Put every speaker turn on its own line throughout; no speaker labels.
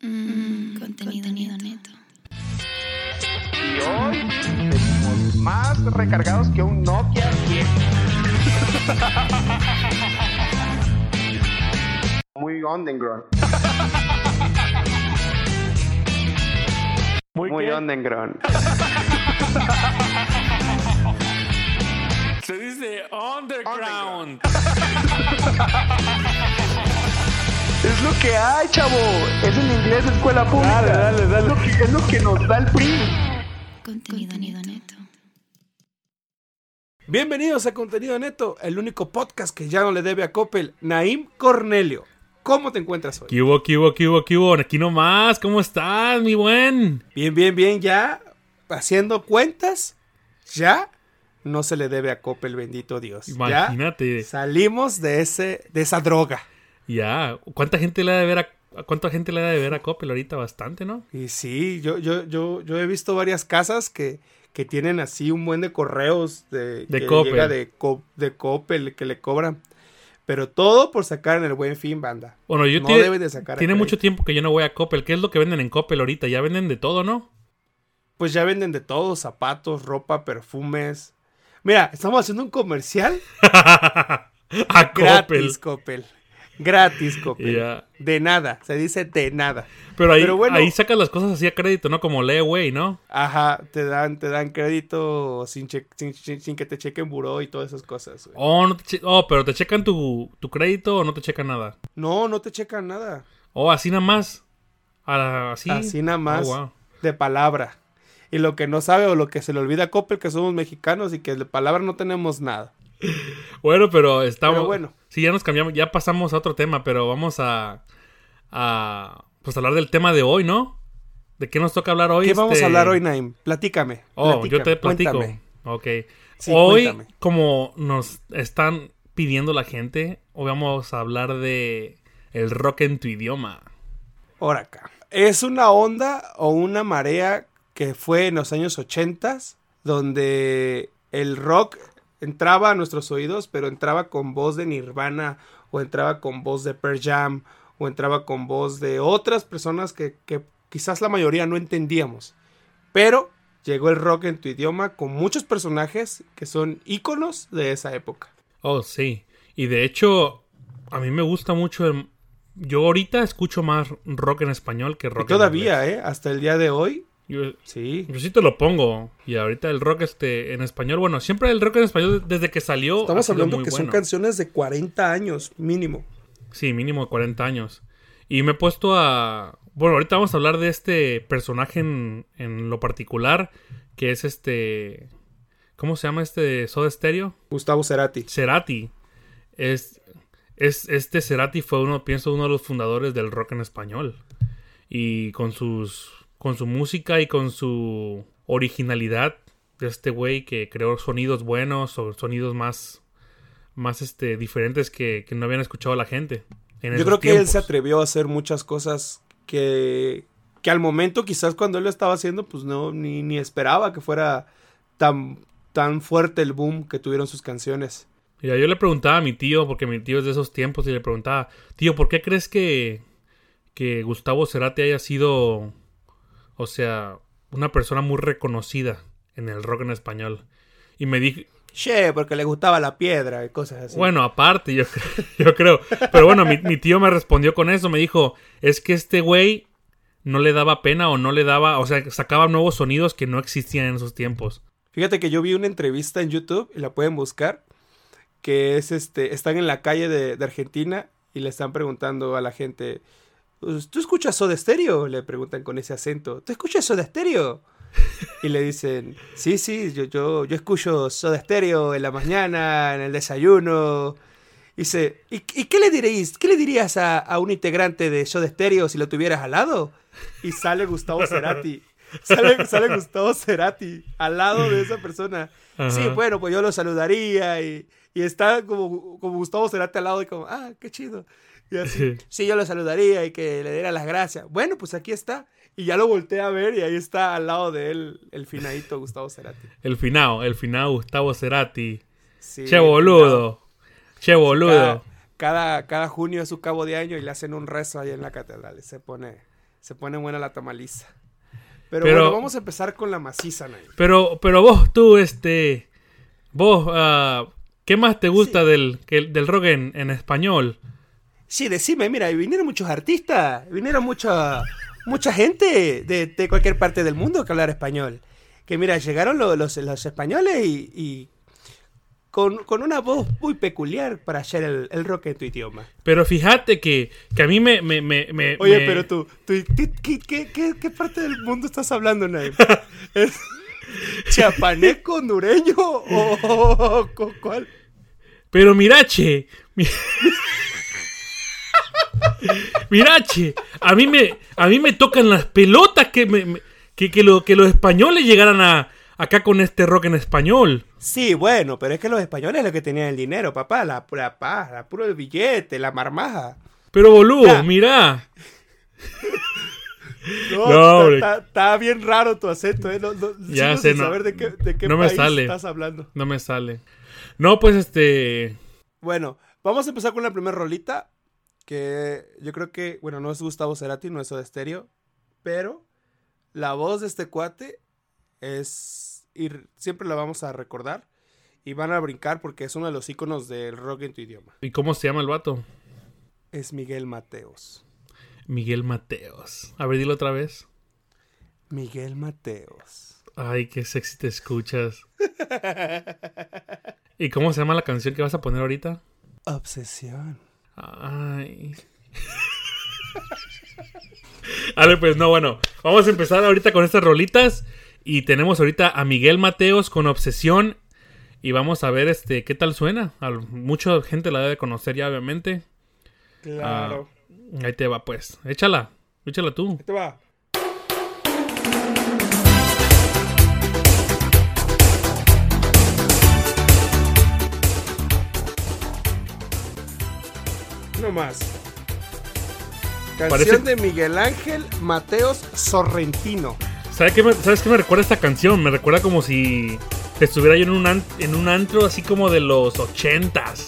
Contenido, Mm, Contenido neto.
Y hoy venimos más recargados que un Nokia 10. Muy underground.
Muy,
Muy
qué?
underground.
Se dice underground.
Es lo que hay, chavo. Es en inglés escuela pública.
Dale, dale, dale.
Es lo que, es lo que nos da el PRI.
Contenido, neto.
Bienvenidos a Contenido Neto, el único podcast que ya no le debe a Coppel, Naim Cornelio. ¿Cómo te encuentras hoy?
¿Qué hubo, qué hubo, qué hubo, qué hubo? Aquí nomás, ¿cómo estás, mi buen?
Bien, bien, bien, ya haciendo cuentas, ya no se le debe a Coppel, bendito Dios. Ya
Imagínate.
salimos de ese de esa droga.
Ya, ¿cuánta gente le ha de ver a, a cuánta gente le ha de ver a Coppel ahorita? Bastante, ¿no?
Y sí, yo yo yo yo he visto varias casas que que tienen así un buen de correos de,
De
que
Coppel.
llega de, Co- de Coppel que le cobran. Pero todo por sacar en el buen fin, banda.
Bueno, yo
No
tiene,
deben de sacar a
tiene mucho
crédito.
tiempo que yo no voy a Coppel. ¿Qué es lo que venden en Coppel ahorita? Ya venden de todo, ¿no?
pues ya venden de todo, zapatos, ropa, perfumes. Mira, estamos haciendo un comercial
a Coppel.
gratis, Coppel. Gratis, Coppel.
Ya.
De nada, se dice de nada.
Pero ahí,
Pero bueno.
ahí sacas las cosas así a crédito, ¿no? Como lee, güey, ¿no?
Ajá, te dan, te dan crédito sin, che- sin, sin- sin que te chequen buró y todas esas cosas. güey.
Oh, no te che- oh, pero te checan tu, tu crédito o no te checan nada.
No, no te checan nada.
Oh, así nada más. A la- así.
Así nada más
Oh, wow.
de palabra. Y lo que no sabe o lo que se le olvida a Coppel que somos mexicanos y que de palabra no tenemos nada.
Bueno, pero estamos.
Pero bueno.
Sí, ya nos cambiamos, ya pasamos a otro tema, pero vamos a. a pues hablar del tema de hoy, ¿no? ¿De qué nos toca hablar hoy?
¿Qué vamos
este?
a hablar hoy, Naim? Platícame.
Oh, yo te
platícame,
platico.
cuéntame.
Ok.
Sí,
hoy,
cuéntame.
como nos están pidiendo la gente, hoy vamos a hablar de el rock en tu idioma.
Ahora acá. Es una onda o una marea que fue en los años 80 donde el rock entraba a nuestros oídos, pero entraba con voz de Nirvana o entraba con voz de Pearl Jam o entraba con voz de otras personas que, que quizás la mayoría no entendíamos. Pero llegó el rock en tu idioma con muchos personajes que son íconos de esa época.
Oh, sí. Y de hecho, a mí me gusta mucho el. Yo ahorita escucho más rock en español que rock
Y
en
todavía, ¿eh? Hasta el día de hoy,
inglés. Yo-
sí.
Yo sí te lo pongo. Y ahorita el rock este en español, bueno, siempre el rock en español desde que salió. ha
Estamos
sido
hablando
muy
que son
bueno.
canciones de 40 años mínimo.
Sí, mínimo de 40 años. Y me he puesto a. Bueno, ahorita vamos a hablar de este personaje en, en lo particular, que es este. ¿Cómo se llama este de Soda Stereo?
Gustavo Cerati.
Cerati. Es, es, este Cerati fue uno, pienso, uno de los fundadores del rock en español. Y con sus. con su música y con su originalidad de este güey que creó sonidos buenos o sonidos más. más este. diferentes que, que no habían escuchado la gente. en
Yo
esos
creo que él se
tiempos.
atrevió a hacer muchas cosas que, que al momento, quizás cuando él lo estaba haciendo, pues no, ni, ni esperaba que fuera tan, tan fuerte el boom que tuvieron sus canciones.
Mira, yo le preguntaba a mi tío, porque mi tío es de esos tiempos, y le preguntaba, tío, ¿por qué crees que, que Gustavo Cerati haya sido, o sea, una persona muy reconocida en el rock en español? Y me dijo,
Che, porque le gustaba la piedra y cosas así.
bueno, aparte, yo, cre- yo creo, pero bueno, mi, mi tío me respondió con eso, me dijo, es que este güey no le daba pena o no le daba, o sea, sacaba nuevos sonidos que no existían en esos tiempos.
Fíjate que yo vi una entrevista en YouTube, y la pueden buscar, que es este, están en la calle de, de Argentina y le están preguntando a la gente, "Pues, ¿tú escuchas Soda Stereo? Le preguntan con ese acento, ¿tú escuchas Soda Stereo? Y le dicen, sí, sí, yo, yo, yo escucho Soda Stereo en la mañana, en el desayuno. Y Dice, ¿y, y qué le diréis? ¿Qué le dirías a, a un integrante de Soda Stereo si lo tuvieras al lado? Y sale Gustavo Cerati. Sale, sale Gustavo Cerati al lado de esa persona. Sí,
Ajá.
bueno, pues yo lo saludaría y, y está como, como Gustavo Cerati al lado y como, ah, qué chido. Y así, sí, yo lo saludaría y que le diera las gracias. Bueno, pues aquí está. Y ya lo volteé a ver y ahí está al lado de él el finadito Gustavo Cerati.
El final, el final Gustavo Cerati.
Sí,
che boludo, che boludo.
Cada, cada, cada junio es su cabo de año y le hacen un rezo ahí en la catedral. y Se pone, Se pone buena la tamaliza. Pero,
Pero-
bueno, vamos a empezar con la maciza, Nair.
Pero, pero vos, tú, este. Vos, ah, ¿qué más te gusta del, que- del rock en, en español?
Sí, decime, mira, vinieron muchos artistas, vinieron mucha, mucha gente de, de cualquier parte del mundo que hablar español. Que mira, llegaron lo- los, los españoles y, y con, con una voz muy peculiar para hacer el, el rock en tu idioma.
Pero fíjate que, que a mí me. me, me, me-
Oye,
me-
pero tú, tú- ¿qué, qué, qué- qué- qué parte del mundo estás hablando, Naim? ¿Es ¿Chiapaneco, hondureño o, o- o- o cuál?
Pero mirache. mi- mirache. A mí me, a mí me tocan las pelotas que, me- me- que, que lo- que los españoles llegaran a, acá con este rock en español.
Sí, bueno, pero es que los españoles los que tenían el dinero, papá, la pura paja, puro billete, la marmaja.
Pero boludo,
Ya.
mirá.
No,
No, hombre.
está, está- está bien raro tu acento, ¿eh? No, no,
Ya
sigo
sé,
sin
no-
saber de qué, de qué
no me
país
sale.
estás hablando.
No me sale. No, pues este.
Bueno, vamos a empezar con la primera rolita. Que yo creo que, bueno, no es Gustavo Cerati, no es Soda Stereo. Pero la voz de este cuate es. Y siempre la vamos a recordar. Y van a brincar porque es uno de los iconos del rock en tu idioma.
¿Y cómo se llama el vato?
Es Miguel Mateos.
Miguel Mateos. A ver, dilo otra vez.
Miguel Mateos.
Ay, qué sexy te escuchas. ¿Y cómo se llama la canción que vas a poner ahorita?
Obsesión.
Ay. Ale, pues no, bueno. Vamos a empezar ahorita con estas rolitas. Y tenemos ahorita a Miguel Mateos con Obsesión. Y vamos a ver este qué tal suena. A lo- mucha gente la debe conocer ya, obviamente. Ah,
Claro.
ahí te va, pues. Échala. Échala tú.
Ahí te va. No más. Canción
Parece-
de Miguel Ángel Mateos Sorrentino.
¿Sabes qué, me, ¿Sabes qué me recuerda esta canción? Me recuerda como si estuviera yo en un, an- en un antro así como de los ochentas.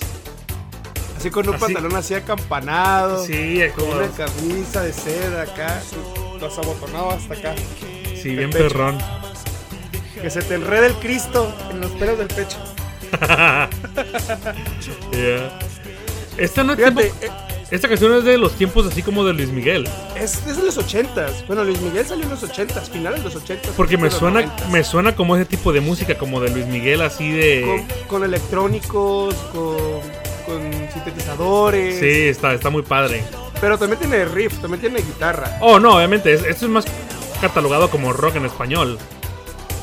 Así con un
Así-
pantalón así acampanado.
¿Ah, Sí, es
Con
como...
una camisa de seda acá. Los abotonado hasta acá.
Sí, bien
pecho.
perrón.
Que se te enrede el Cristo en los pelos del pecho.
Yeah. Esta, no es
Fíjate, eh,
tiempo- esta canción es de los tiempos así como de Luis Miguel.
Es, es de los ochentas. Bueno, Luis Miguel salió en los ochentas, finales de los ochentas.
Porque me
de los
suena,
noventas.
me suena como ese tipo de música, como de Luis Miguel, así de...
Con, con electrónicos, con, con sintetizadores.
Sí, está, está muy padre.
Pero también tiene riff, también tiene guitarra.
Oh, no, obviamente, es- esto es más catalogado como rock en español.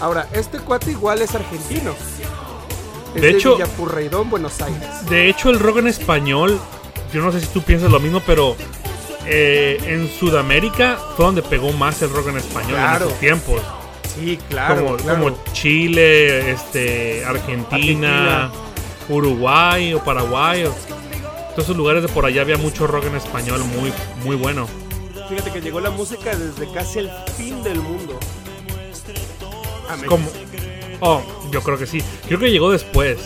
Ahora, este cuate igual es argentino. Es
De hecho-
Villapurreirón, Buenos Aires.
De hecho, el rock en español, yo no sé si tú piensas lo mismo, pero eh, en Sudamérica fue donde pegó más el rock en español
Claro.
en esos tiempos.
Sí, claro.
como,
claro.
como Chile, este, Argentina,
Argentina.
Uruguay o Paraguay. o- todos esos lugares de por allá había mucho rock en español muy, muy bueno.
Fíjate que llegó la música desde casi el fin del mundo. A México.
Como, oh, yo creo que sí. Creo que llegó después.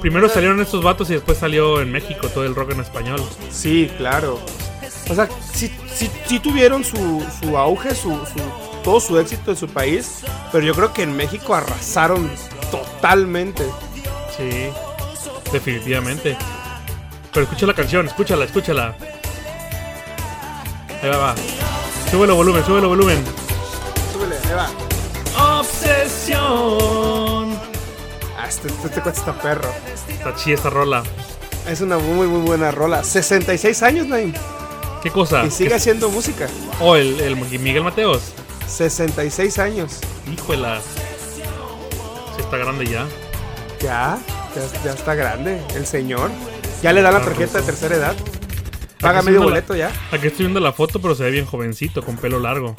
Primero salieron estos vatos y después salió en México todo el rock en español.
Sí, claro. O sea, sí, sí- sí tuvieron su, su auge, su, su- todo su éxito en su país, pero yo creo que en México arrasaron totalmente.
Sí, definitivamente. Pero escucha la canción, escúchala, escúchala. Ahí va, va. Súbelo volumen, súbelo volumen.
Súbele, ahí va.
Obsesión.
Ah, este, este, este cuate está perro.
Está chida esta rola.
Es una muy, muy buena rola. 66 años, Naim.
¿Qué cosa?
Y sigue haciendo música.
Oh, el, el Miguel Mateos.
66 años.
Híjole. Sí está grande ya.
Ya, ya, ya está grande el señor. Ya le da
Ah,
la tarjeta de tercera edad. Paga
Aquí Ah,
medio
sí me la-
boleto ya.
Aquí estoy viendo la foto, pero se ve bien jovencito, con pelo largo.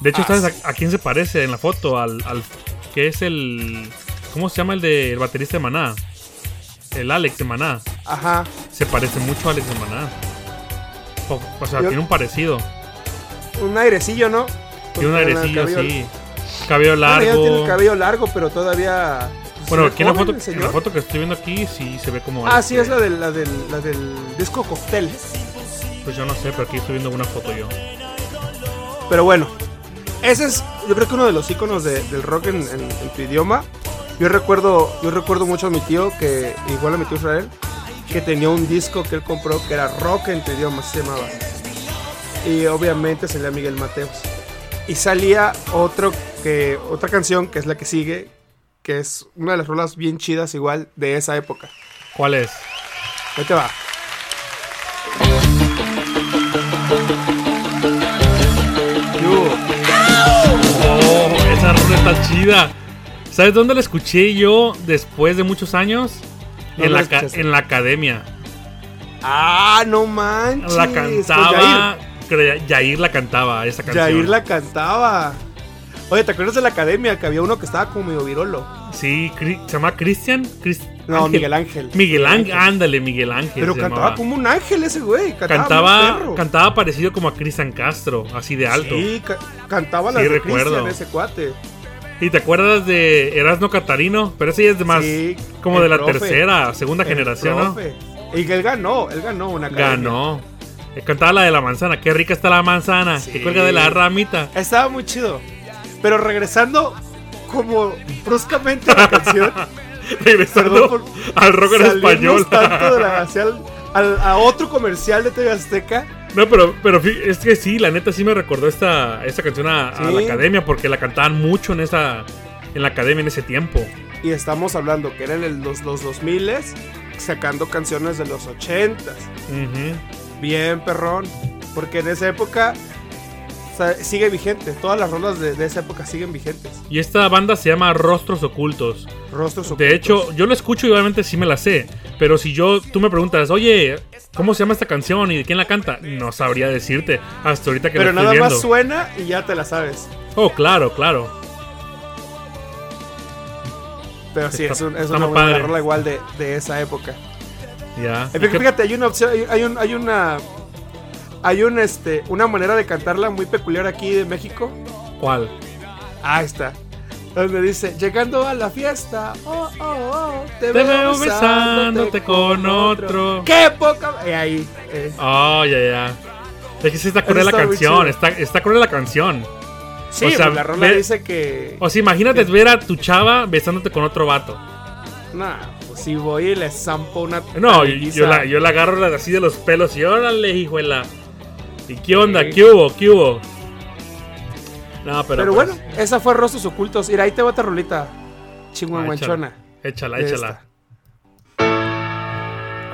De hecho,
Ah,
¿sabes a, a quién se parece en la foto? Al, al que es el... ¿Cómo se llama el de el baterista de Maná? El Alex de Maná.
Ajá.
Se parece mucho a Alex de Maná. O, o sea,
Yo-
tiene un parecido.
Un airecillo, ¿no?
Tiene un
Con el
airecillo
cabello-
así. Cabello
Bueno,
largo.
ya tiene el cabello largo, pero todavía. pues,
Bueno,
¿se ve
aquí en la,
joven
foto,
el
en
señor?
la foto que estoy viendo aquí sí se ve como...
Ah,
Alex,
sí,
eh,
es la del, la del, la del disco cóctel.
Pues yo no sé, pero aquí estoy viendo una foto yo.
Pero bueno, ese es, yo creo que uno de los iconos de- del rock en, en- en tu idioma. Yo recuerdo, yo recuerdo mucho a mi tío, que igual a mi tío Israel, que tenía un disco que él compró que era rock en tu idioma, se llamaba. Y obviamente salía Miguel Mateos. Y salía otro que, otra canción, que es la que sigue, que es una de las rolas bien chidas igual de esa época.
¿Cuál es?
Ahí te va. ¿Qué hubo?
Oh, esa rola está chida. ¿Sabes dónde la escuché yo después de muchos años?
¿Dónde
en,
la
la ca-
escuchaste?
en la academia.
Ah, no manches. Pues
La
con
cantaba. Yair. Yair la cantaba esa
Yair.
canción.
Yair la cantaba. Oye, ¿te acuerdas de la academia que había uno que estaba como medio virolo?
Sí, Cri- se llama Cristian. Cris-
No, Miguel Ángel.
Miguel Ángel, ándale, Miguel Ángel.
Pero
se
cantaba
llamaba.
como un ángel ese güey. Cantaba. muy
Cantaba,
perro.
cantaba parecido como a Cristian Castro, así de alto.
Sí, ca- cantaba la
Sí,
de
recuerdo.
Cristian, ese cuate.
¿Y te acuerdas de Erasmo Catarino? Pero ese ya es de más.
Sí,
como
el
de la
profe.
tercera, segunda
El
generación, ¿no?
profe. Y que él ganó, él ganó una academia.
Ganó. Eh, Cantaba la de la manzana. Qué rica está la manzana.
Sí.
Que cuelga de la ramita.
Estaba muy chido. Pero regresando como bruscamente a la canción.
Regresando
Perdón por
al rock en
salirnos
español.
tanto de la- hacia el- al- a otro comercial de TV Azteca.
No, pero, pero fi- es que sí, la neta sí me recordó esta, esta canción a, a la
Sí.
academia porque la cantaban mucho en esa en la academia en ese tiempo.
Y estamos hablando que eran el- los, los 2000 sacando canciones de los 80s.
Ujú.
Bien, perrón. Porque en esa época sa- sigue vigente. Todas las rolas de, de esa época siguen vigentes.
Y esta banda se llama Rostros Ocultos.
Rostros ocultos.
De hecho, yo lo escucho y obviamente sí me la sé. Pero si yo, tú me preguntas, oye, ¿cómo se llama esta canción y de quién la canta? No sabría decirte hasta ahorita que
pero
la estoy
nada
viendo.
más suena y ya te la sabes.
Oh, claro, claro.
Pero sí,
Está-
es, un- es
está
una
muy
buena
padre.
rola igual de, de esa época.
Ya.
Eh, Fíjate, fíjate, hay una opción, hay, hay un- hay una. Hay un este. Una manera de cantarla muy peculiar aquí de México.
¿Cuál?
Ahí está. Donde dice, llegando a la fiesta, oh, oh, oh, te,
Te veo besándote con otro.
¡Qué poca! Y ahí, eh,
Oh, ya, ya. Es que sí está cruel la
está muy
canción.
chido.
Está, está cruel la canción.
sí, pues
o sea,
la rola
ve-
dice que.
O sea, imagínate ver a tu chava besándote con otro vato.
Nah, pues si voy y le zampo una.
No, yo,
taliza.
yo la, yo la agarro la- así de los pelos y órale, hijuela. ¿Y qué onda?
Sí.
¿Qué hubo? ¿Qué hubo? No, pero.
Pero
pues,
bueno, esa fue Rostros Ocultos. Mira, ahí te va otra rolita. Chingüengüenchona.
ah, Échala, échala.
De
échala.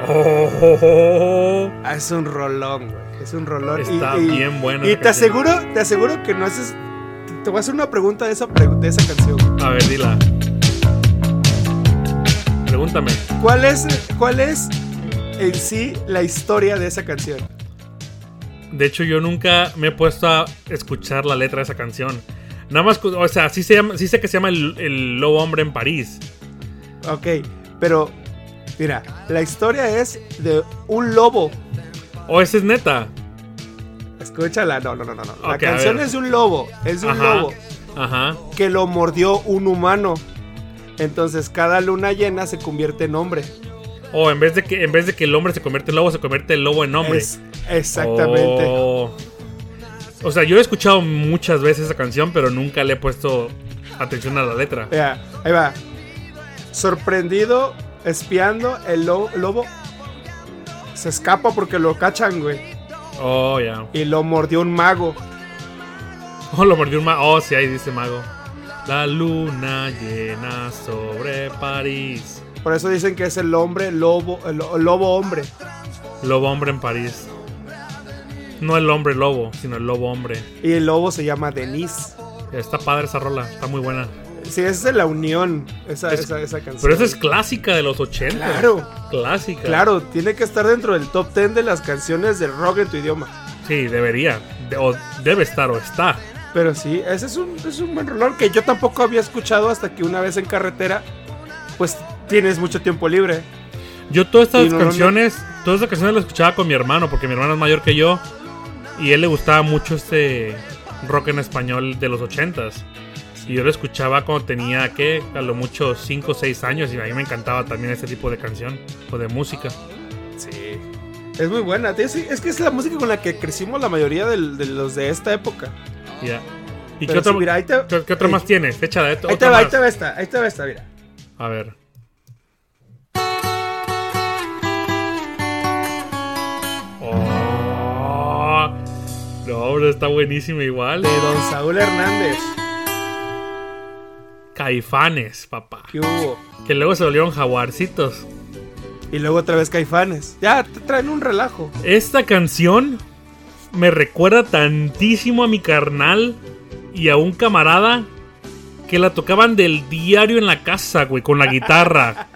Oh, oh, oh,
Ah, es un rolón, güey. Es un rolón.
Está bien buena
Y
esa
te
canción.
aseguro, te aseguro que no haces. Te voy a hacer una pregunta de esa, pregu- de esa canción.
oh. A ver, dila. Pregúntame.
¿Cuál es, ¿Cuál es en sí la historia de esa canción?
De hecho, yo nunca me he puesto a escuchar la letra de esa canción. Nada más, cu- o sea, sí, se llama- sí sé que se llama El, el Lobo Hombre en París.
Ok, pero mira, la historia es de un lobo.
¿O esa es neta?
Escúchala, no, no, no, no. no. La
Ok, a
canción
ver.
es de un lobo, es de un
Ajá.
lobo
Ajá.
que lo mordió un humano. Entonces cada luna llena se convierte en hombre.
O en vez de que en vez de que el hombre se convierte en lobo, se convierte el lobo en hombre.
Es- exactamente.
Oh. O sea, yo he escuchado muchas veces esa canción, pero nunca le he puesto atención a la letra.
Vea, ahí va. Sorprendido, espiando, el lo- lobo se escapa porque lo cachan, güey.
Oh, ya.
Y lo mordió un mago.
Oh, lo mordió un mago. Oh, sí, ahí dice mago. La luna llena sobre París.
Por eso dicen que es el hombre lobo, el, lo- el lobo hombre.
Lobo hombre en París. No el hombre lobo, sino el lobo hombre.
Y el lobo se llama Denise.
Está padre esa rola, está muy buena.
Sí, esa es la unión, esa,
Es-
esa, esa canción.
Pero esa es clásica de los 80.
Claro,
Clásica.
claro, tiene que estar dentro del top 10 de las canciones del rock en tu idioma.
Sí, debería. De- o debe estar o está.
Pero sí, ese es un, es un buen rolón que yo tampoco había escuchado hasta que una vez en carretera, pues tienes mucho tiempo libre.
Yo todas estas
Y normalmente-
canciones, todas estas canciones las escuchaba con mi hermano, porque mi hermano es mayor que yo. Y él le gustaba mucho este rock en español de los 80s. Y yo lo escuchaba cuando tenía, ¿qué? A lo mucho 5 o 6 años. Y a mí me encantaba también este tipo de canción o de música.
Sí. Es muy buena, tío, sí, es que es la música con la que crecimos la mayoría del- de los de esta época.
Ya. ¿Y qué
Pero
otro,
sí, mira, ahí te-
qué- qué otro
ahí-
más tienes? Échale, ot-
Ahí te
otra
va, ahí
más.
te va esta, ahí te va esta, mira.
A ver. Oh, no, pero está buenísima igual.
De Don Saúl Hernández.
Caifanes, papá.
¿Qué hubo?
Que luego se volvieron jaguarcitos.
Y luego otra vez Caifanes. Ya, te traen un relajo.
Esta canción me recuerda tantísimo a mi carnal y a un camarada que la tocaban del diario en la casa, güey, con la guitarra.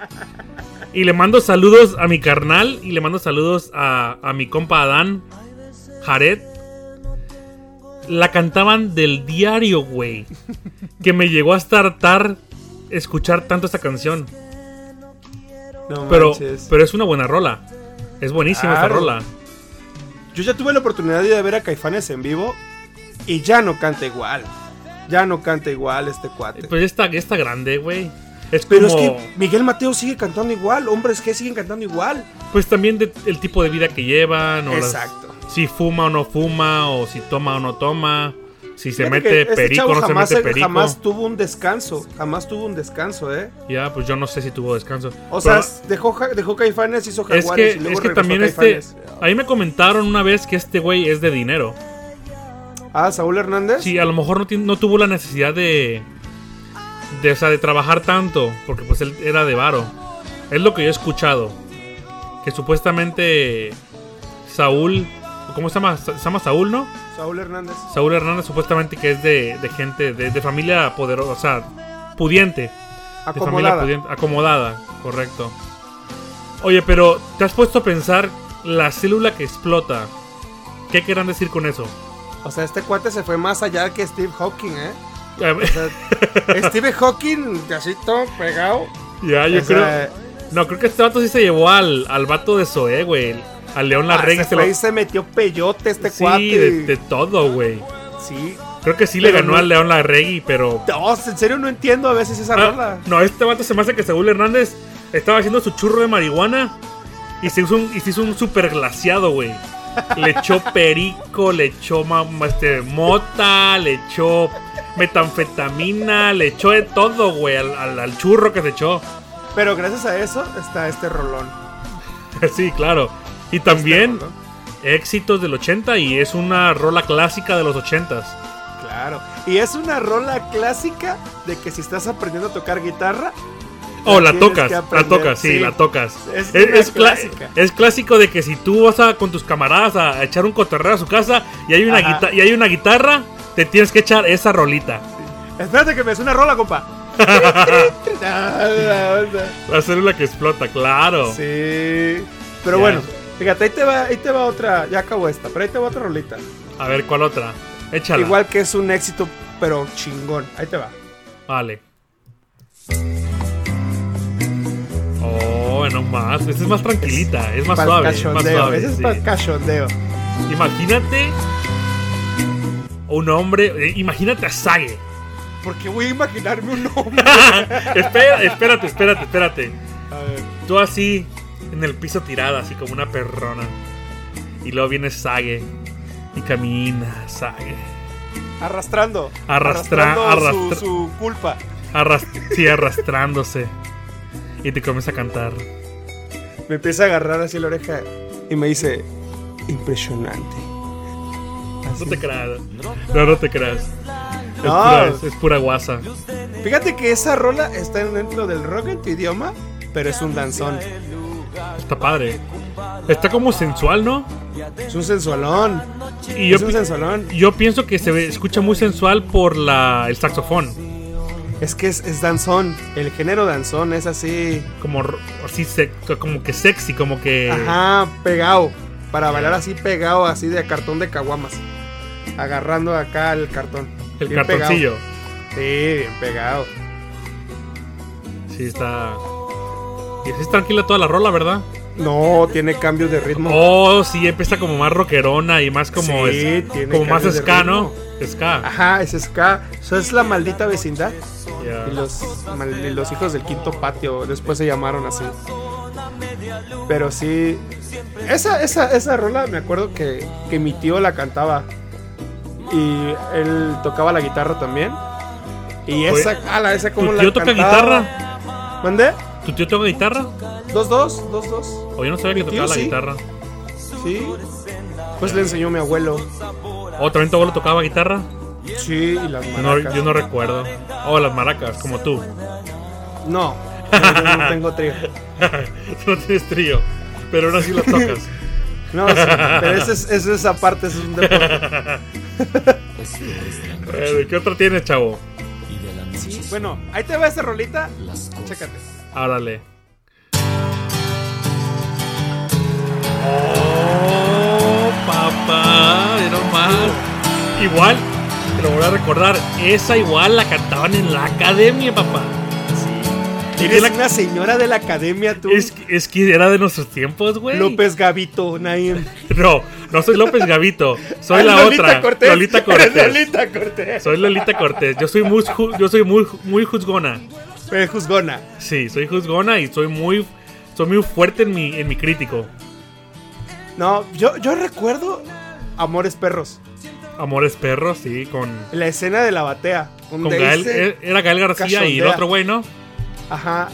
Y le mando saludos a mi carnal y le mando saludos a, a mi compa Adán, Jared. La cantaban del diario, güey. Que me llegó a hartar escuchar tanto esta canción.
No
Pero,
manches.
pero es una buena rola. Es buenísima esta
Claro.
rola.
Yo ya tuve la oportunidad de ir a ver a Caifanes en vivo y ya no canta igual. Ya no canta igual este cuate.
Pues ya está, ya está grande, güey. Es
Pero es
como,
que Miguel Mateo sigue cantando igual, hombres que siguen cantando igual.
Pues también de- el tipo de vida que llevan. O las-
Exacto.
si fuma o no fuma, o si toma o no toma. Si se
Fíjate
mete
que este
perico
chavo
o no se
jamás,
mete perico.
jamás tuvo un descanso, jamás tuvo un descanso, ¿eh?
Ya, pues yo no sé si tuvo descanso.
O
Pero-
sea, dejó, ja- dejó Caifanes, hizo
es
Jaguares
que,
y luego
es que
regresó
también
a
este.
Caifanes.
Ahí me comentaron una vez que este güey es de dinero.
Ah, Saúl Hernández.
Sí, a lo mejor no, tiene- no tuvo la necesidad de, de. O sea, de trabajar tanto. Porque pues él era de varo. Es lo que yo he escuchado. Que supuestamente. Saúl. ¿Cómo se llama? Se llama Saúl, ¿no?
Saúl Hernández.
Saúl Hernández supuestamente que es de, de gente. De, de familia poderosa. O sea, pudiente. De familia
Acomodada.
pudiente. Acomodada, correcto. Oye, pero ¿te has puesto a pensar la célula que explota? ¿Qué querrán decir con eso?
O sea, este cuate se fue más allá que Steve Hawking, ¿eh?
A ver,
O sea, Steve Hawking, así todo pegado.
ya, Ah, yo
O
creo.
sea,
No, creo que este vato sí se llevó al, al vato de Zoé, güey. Al León
ah,
Larregui.
se,
se
fue
lo-
y se metió peyote este
sí,
cuate.
de, de todo, güey.
Sí.
Creo que sí le
Pero
ganó
no-
al León Larregui, pero...
No, en serio no entiendo a veces esa
Ah,
rola.
no, este vato se me hace que Saúl Hernández estaba haciendo su churro de marihuana y se hizo un, y se hizo un super glaciado, güey. Le echó perico, le echó ma- ma- este, mota, le echó metanfetamina, le echó de todo, güey, al, al- al churro que se echó.
Pero gracias a eso está este rolón.
sí, claro. Y también...
Este rolón.
éxitos del 80 y es una rola clásica de los 80s.
Claro. Y es una rola clásica de que si estás aprendiendo a tocar guitarra.
O Oh, la
tienes
tocas,
que
la
aprender.
tocas, sí, la tocas.
Es
Es,
una
es cla-
clásica.
es clásico de que si tú vas a, con tus camaradas a, a echar un cotorreo a su casa y hay, una
Ajá.
guita- y hay una guitarra, te tienes que echar esa rolita.
Espérate que me es una rola, compa. Nada, o sea.
La célula que explota, claro.
Sí.
Ya.
Pero bueno, fíjate, ahí te va, ahí te va otra, ya acabó esta, pero ahí te va otra rolita.
A ver, ¿cuál otra? Échala.
Igual que es un éxito, pero chingón. Ahí te va.
Vale. Oh, no más. Esta es más tranquilita, es más
Pa'l
suave. Es más
cachondeo.
suave
Ese es
sí.
para cachondeo.
Imagínate un hombre, eh, imagínate a Sage.
Porque voy a imaginarme un nombre.
Espera, espérate, espérate, espérate.
A ver.
Tú así en el piso tirada, así como una perrona. Y luego viene Sage y camina Sage.
Arrastrando.
Arrastra-
arrastrando
arrastra-
su, su culpa.
Arras- sí, arrastrándose. Y te comienza a cantar.
Me empieza a agarrar así la oreja y me dice, impresionante.
No te creas. No, no te creas. Es,
No.
pura, es- es pura guasa.
Fíjate que esa rola está dentro del rock en tu idioma, pero es un danzón.
Está padre. Está como sensual, ¿no?
Es un sensualón.
Y yo,
es un
pi-
sensualón.
yo pienso que se ve- escucha muy sensual por la, el saxofón.
Es que es, es danzón. El género danzón es así.
como r- así se- como que sexy, como que
Ajá, pegado. Para bailar así pegado, así de cartón de caguamas. Agarrando acá el cartón.
el
Bien pegado.
cartoncillo.
Sí, bien pegado.
Sí está. Y así es tranquila toda la rola, ¿verdad?
No, tiene cambios de ritmo.
Oh, sí, empieza como más rockerona y más como
Sí,
es-
tiene
como más
cambios de
ska, ¿no?
ritmo. Ah,
Ska.
Ajá, es ska. Eso es la maldita vecindad.
ya.
Y los, mal- y los hijos del quinto patio después se llamaron así. Pero sí. Esa, esa, esa rola me acuerdo que, que mi tío la cantaba. y él tocaba la guitarra también. Y
Oye,
esa, ala, esa como
¿Tu
la
tío toca
cantaba.
guitarra?
¿Mandé?
¿Tu tío toca guitarra?
Dos, dos, dos, dos.
O yo no sabía
Mi
que
tío
tocaba la
sí.
guitarra.
Sí. Pues le enseñó mi abuelo.
¿O también tu abuelo tocaba guitarra?
Sí, y las
Yo no,
maracas.
yo no recuerdo. Oh, las maracas, como tú.
No, no, yo no tengo trío.
no tienes trío, pero ahora sí las tocas.
No, sí, pero ese es, eso es aparte, eso es un deporte.
Eh, ¿Qué otro tienes, chavo?
Sí, bueno, ahí te va esa rolita. Chécate.
Árale. Oh, papá, era más. Igual, te lo voy a recordar, esa igual la cantaban en la academia, papá. Y que
Eres
la-
una señora de la academia, tú.
Es, que- es que era de nuestros tiempos, güey.
López Gavito, Naim.
No, no soy López Gavito, soy
Ay,
la
Lolita
otra.
Cortés.
Lolita Cortés.
Lolita Cortés.
Soy Lolita Cortés. Yo soy muy, ju- yo soy muy, muy juzgona.
Pero juzgona.
Sí, soy juzgona y soy muy, soy muy fuerte en mi, en mi crítico.
No, yo, yo recuerdo Amores Perros.
Amores perros, sí, con,
La escena de la batea.
con
donde
Gael.
dice-
eh, Era Gael García y el
cachondea.
otro güey, ¿no?
Ajá.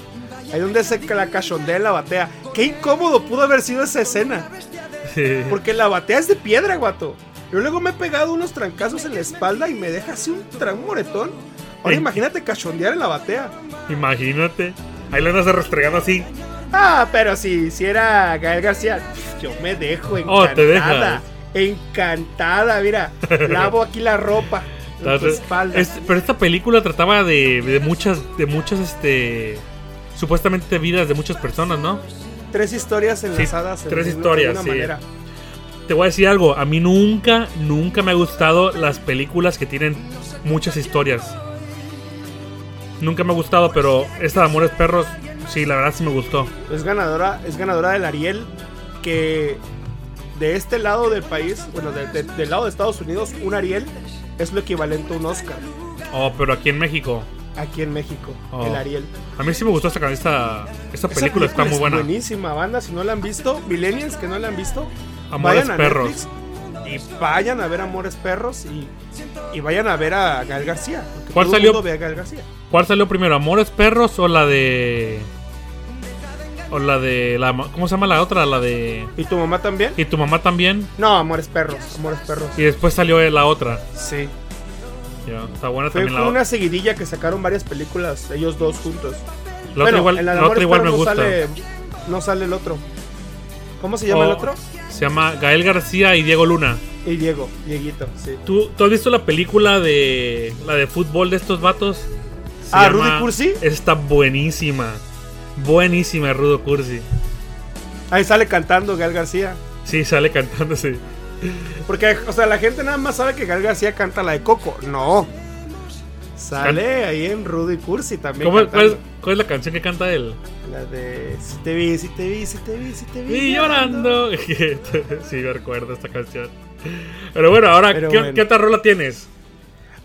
Ahí donde se la cachondea en la batea. Qué incómodo pudo haber sido esa escena.
Sí.
Porque la batea es de piedra, guato. Yo luego me he pegado unos trancazos en la espalda y me deja así un, tra- un moretón. Ahora
Sí.
imagínate cachondear en la batea.
Imagínate. Ahí lo andas restregando así.
Ah, pero si hiciera Gael García, pf, yo me dejo encantada.
Oh, te dejas.
Encantada, mira. Lavo aquí la ropa. En tu
Entonces,
espalda.
es- pero esta película trataba de, de muchas, de muchas, este, supuestamente vidas de muchas personas, ¿no?
Tres historias enlazadas.
tres
de una-
historias,
de una
sí.
manera.
Te voy a decir algo, a mí nunca, nunca me ha gustado las películas que tienen muchas historias. Nunca me ha gustado, pero esta de Amores Perros, sí, la verdad sí me gustó.
Es ganadora, es ganadora del Ariel, que de este lado del país, bueno, de- de- del lado de Estados Unidos, un Ariel es lo equivalente a un Oscar
Oh, pero aquí en México.
aquí en México,
Oh.
el Ariel.
A mí sí me gustó esta, esta, esta
Esa
película, está muy
es
buena.
Buenísima banda, si no la han visto, millennials que no la han visto,
Amores
vayan a
Perros.
Netflix y vayan a ver Amores Perros y, y vayan a ver a Gal García. porque
¿Cuál
todo el
salió?
mundo ve a Gael García.
¿Cuál salió primero, Amores Perros o la de... O la de... La, ¿Cómo se llama la otra? La de...
¿Y tu mamá también?
Y tu mamá también.
No, Amores Perros, Amores Perros.
Y después salió la otra.
Sí.
Ya, está buena
Fue,
también
fue
la
una
otra.
seguidilla que sacaron varias películas, ellos dos juntos.
La otra
Bueno,
igual,
en la de
la otra
Amores
igual me
Perros
gusta.
no Sale, no sale el otro. ¿Cómo se llama el
Oh,
otro?
Se llama Gael García y Diego Luna.
Y Diego, Dieguito, sí.
¿Tú, tú has visto la película de la de fútbol de estos vatos? Se
Ah, ¿Rudy Cursi?
Está buenísima. Buenísima, Rudo Cursi.
Ahí sale cantando Gal García.
Sí, sale cantándose.
Porque, o sea, la gente nada más sabe que Gal García canta la de Coco. No. Sale ahí en Rudy Cursi también.
¿Cómo- cuál, es,
cantando.
cuál es la canción que canta él?
La de Si te vi, si te vi, si te vi, si te vi.
Y llorando. sí, me recuerdo esta canción. Pero bueno, ahora,
Pero
¿qué,
bueno.
qué otra rola tienes?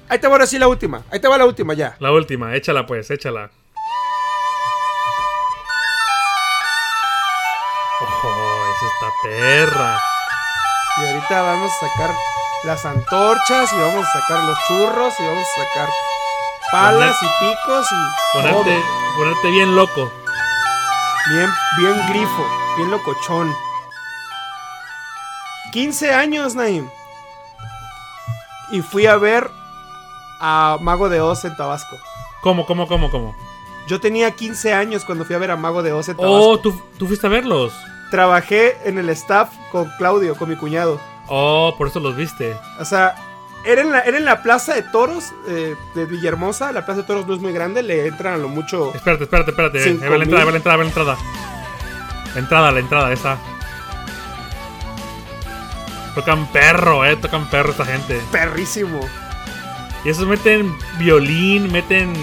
Ahí te va ahora sí la última. Ahí te va la última ya.
La última, échala pues, échala. Ojo, es esta perra.
Y ahorita vamos a sacar las antorchas y vamos a sacar los churros y vamos a sacar palas y picos y todo.
Ponerte, ponerte bien loco.
Bien, bien grifo, bien locochón. 15 años, Naim. Y fui a ver a Mago de Oz en Tabasco.
¿Cómo, cómo, cómo, cómo?
Yo tenía 15 años cuando fui a ver a Mago de Oz en Tabasco.
Oh, ¿tú, tú fuiste a verlos.
Trabajé en el staff con Claudio, con mi cuñado.
Oh, por eso los viste.
O sea, era en la, era en la plaza de toros eh, de Villahermosa. La plaza de toros no es muy grande, le entran a lo mucho.
Espérate, espérate, espérate. Ahí
Cinco
va la entrada, ahí va
mil.
la entrada, ahí va la entrada. La entrada, la entrada, esa. Tocan perro, eh, tocan perro esta gente.
Perrísimo.
Y esos meten violín, meten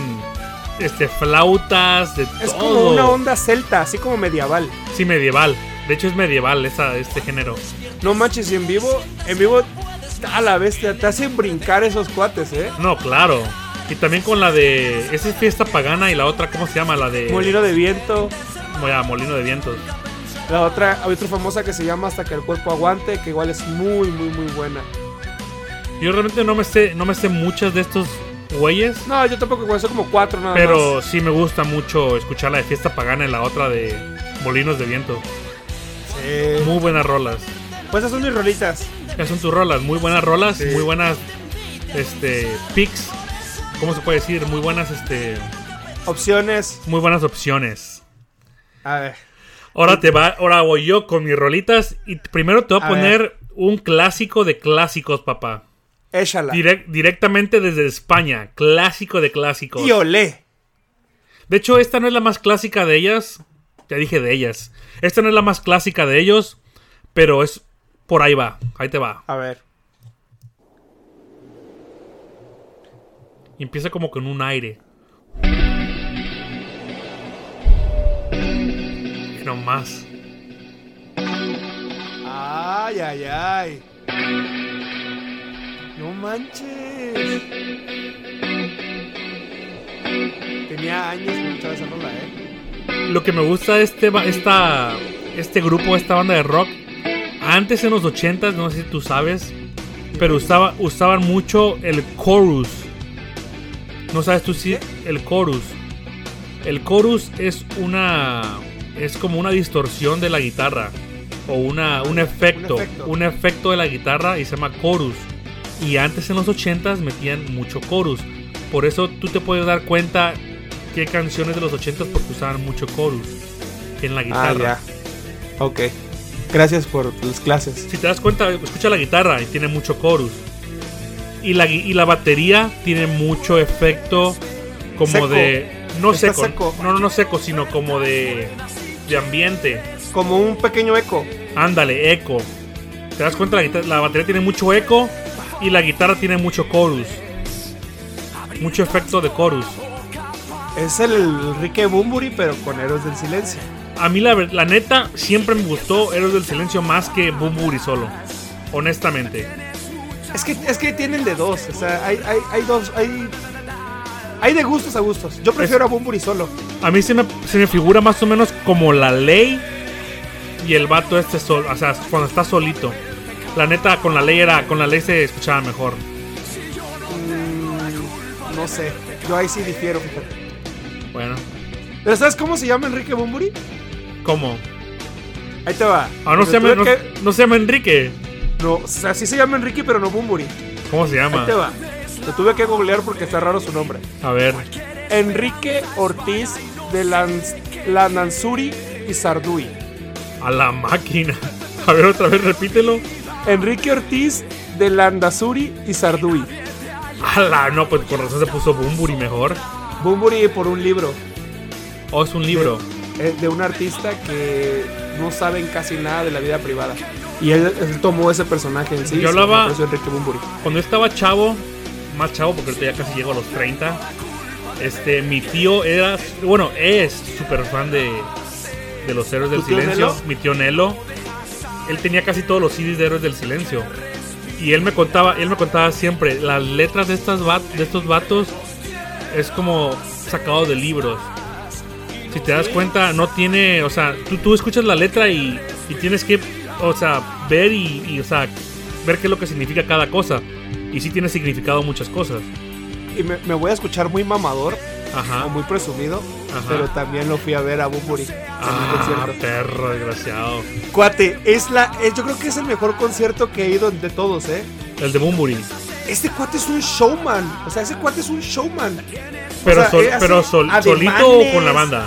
este flautas, de
Es
todo.
como una onda celta, así como medieval.
Sí, medieval. De hecho es medieval esa, este género.
No manches, y en vivo, en vivo, a la bestia, te hacen brincar esos cuates, ¿eh?
No, claro. Y también con la de. Esa es fiesta pagana y la otra, ¿cómo se llama? La de.
Molino de viento.
Mo- ah, molino de vientos.
La otra, hay otra famosa que se llama Hasta que el cuerpo aguante, que igual es muy, muy, muy buena.
Yo realmente no me sé, no me sé muchas de estos güeyes.
No, yo tampoco conozco como cuatro nada
Pero
más.
sí me gusta mucho escuchar la de Fiesta Pagana y la otra de Molinos de Viento.
Sí.
Muy buenas rolas.
Pues esas son mis rolitas.
Esas son tus rolas, muy buenas rolas,
Sí.
muy buenas este picks. ¿Cómo se puede decir? Muy buenas este
Opciones.
muy buenas opciones.
A ver.
Ahora te va, ahora voy yo con mis rolitas y t- primero te voy a,
A
poner un clásico de clásicos, papá.
Échala.
Direc- directamente desde España, clásico de clásicos.
Y olé.
De hecho, esta no es la más clásica de ellas. Ya dije de ellas. Esta no es la más clásica de ellos, pero es por ahí va. Ahí te va.
A ver.
Y empieza como con un aire. Y no más.
Ay, ay, ay. No manches. Tenía años que no escuchaba esa rola, eh.
Lo que me gusta de este, ba- esta, este grupo, esta banda de rock, antes en los 80s, no sé si tú sabes, pero usaba, usaban mucho el chorus. No sabes tú si el chorus. El chorus es una es como una distorsión de la guitarra o una un efecto, un efecto,
efecto.
de la guitarra y se llama chorus. Y antes en los 80s metían mucho chorus. Por eso tú te puedes dar cuenta qué canciones de los 80s porque usaban mucho chorus en la guitarra.
Ah, ya. Ok. Gracias por las clases.
Si te das cuenta, escucha la guitarra y tiene mucho chorus. Y la, gui- y la batería tiene mucho efecto como
Seco.
de... No
Está
seco,
seco.
No, no, no seco, sino como de, de ambiente.
Como un pequeño eco.
Ándale, eco. Te das cuenta, la, guita- la batería tiene mucho eco y la guitarra tiene mucho chorus. Mucho efecto de chorus.
Es el Enrique Bumburi, pero con Héroes del Silencio.
A mí la, ver- la neta siempre me gustó Héroes del Silencio más que Bumburi solo. Honestamente.
Es que, es que tienen de dos. O sea, hay, hay, hay dos. Hay, hay de gustos a gustos. Yo prefiero a Bumburi solo.
A mí se me, se me figura más o menos como la ley y el vato este sol, o sea, cuando está solito. La neta con la ley era, con la ley se escuchaba mejor.
Mm, no sé. Yo ahí sí difiero, fíjate.
Bueno,
¿Pero sabes cómo se llama Enrique Bumburi?
¿cómo?
Ahí te va.
Ah, no
Porque
se llama,
tuve
no,
que-
no se llama Enrique.
no, o sea, sí se llama Enrique, pero no Bumburi.
¿Cómo se
Ahí
llama?
te va. Lo tuve que googlear porque está raro su nombre.
A ver,
Enrique Ortiz de Lanz- Lananzuri y Sardui.
a la máquina. A ver, otra vez repítelo.
Enrique Ortiz de Landazuri y Sardui.
A la, no, pues con razón se puso Bumburi mejor.
Bumburi por un libro.
Oh, es un libro.
eh, de un artista que no saben casi nada de la vida privada. Y él, él tomó ese personaje en sí.
Yo
se
hablaba-
llama por eso Enrique Bumburi.
Cuando estaba chavo, más chavo porque ahorita ya casi llego a los 30, este, mi tío era, bueno, es súper fan de, de los Héroes del
¿Tu tío
Silencio,
Nelo?
mi tío Nelo. Él tenía casi todos los CDs de Héroes del Silencio. Y él me contaba, él me contaba siempre, las letras de, estas va- de estos vatos es como sacado de libros. Si te das cuenta, no tiene, o sea, tú, tú escuchas la letra y, y tienes que, o sea, ver y, y, o sea, ver qué es lo que significa cada cosa. Y sí tiene significado muchas cosas.
Y me, me voy a escuchar muy mamador o
Ajá.
muy presumido,
Ah. Ajá.
pero también lo fui a ver a Bumburi en un
Ah,
concierto.
perro desgraciado.
Cuate, es la, es- yo creo que es el mejor concierto que he ido de todos, ¿eh?
El de Bumburi.
Este cuate es un showman. O sea, ese cuate es un showman.
Pero,
sea,
sol-
es así,
pero sol-
ademanes.
solito o con la banda.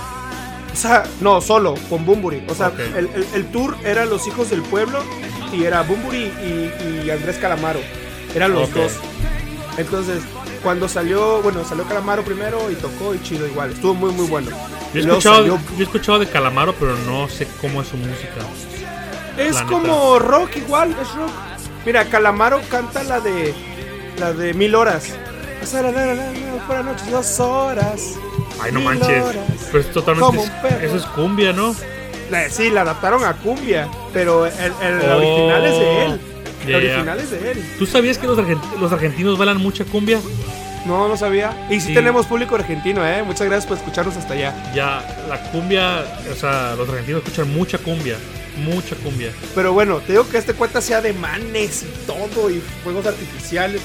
O sea, no, solo, con Bumburi. O sea,
Ok.
el, el- el tour era Los Hijos del Pueblo y era Bumburi y, y Andrés Calamaro. Eran los
Ok.
dos. Entonces, cuando salió, bueno, salió Calamaro primero y tocó y chido igual. Estuvo muy, muy bueno.
Yo he,
Luego
escuchado,
salió-
yo he escuchado de Calamaro, pero no sé cómo es su música.
es
la
como rock igual, es rock. Mira, Calamaro canta la de la de Mil Horas. O sea, la, la, la, la, la, Por la noche, dos horas.
Ay, no
mil
manches.
horas.
Pero es totalmente.
Como un perro.
Eso es cumbia, ¿no?
La- Sí, la adaptaron a cumbia, pero el, el
Oh,
original es de él. El
ya, ya.
original es de él.
¿Tú sabías que los, argent- los argentinos bailan mucha cumbia?
No, no sabía. Y sí,
Sí.
tenemos público argentino, ¿eh? Muchas gracias por escucharnos hasta allá.
Ya, la cumbia, o sea, los argentinos escuchan mucha cumbia. Mucha cumbia.
Pero bueno, te digo que este cuenta sea de manes y todo y fuegos artificiales.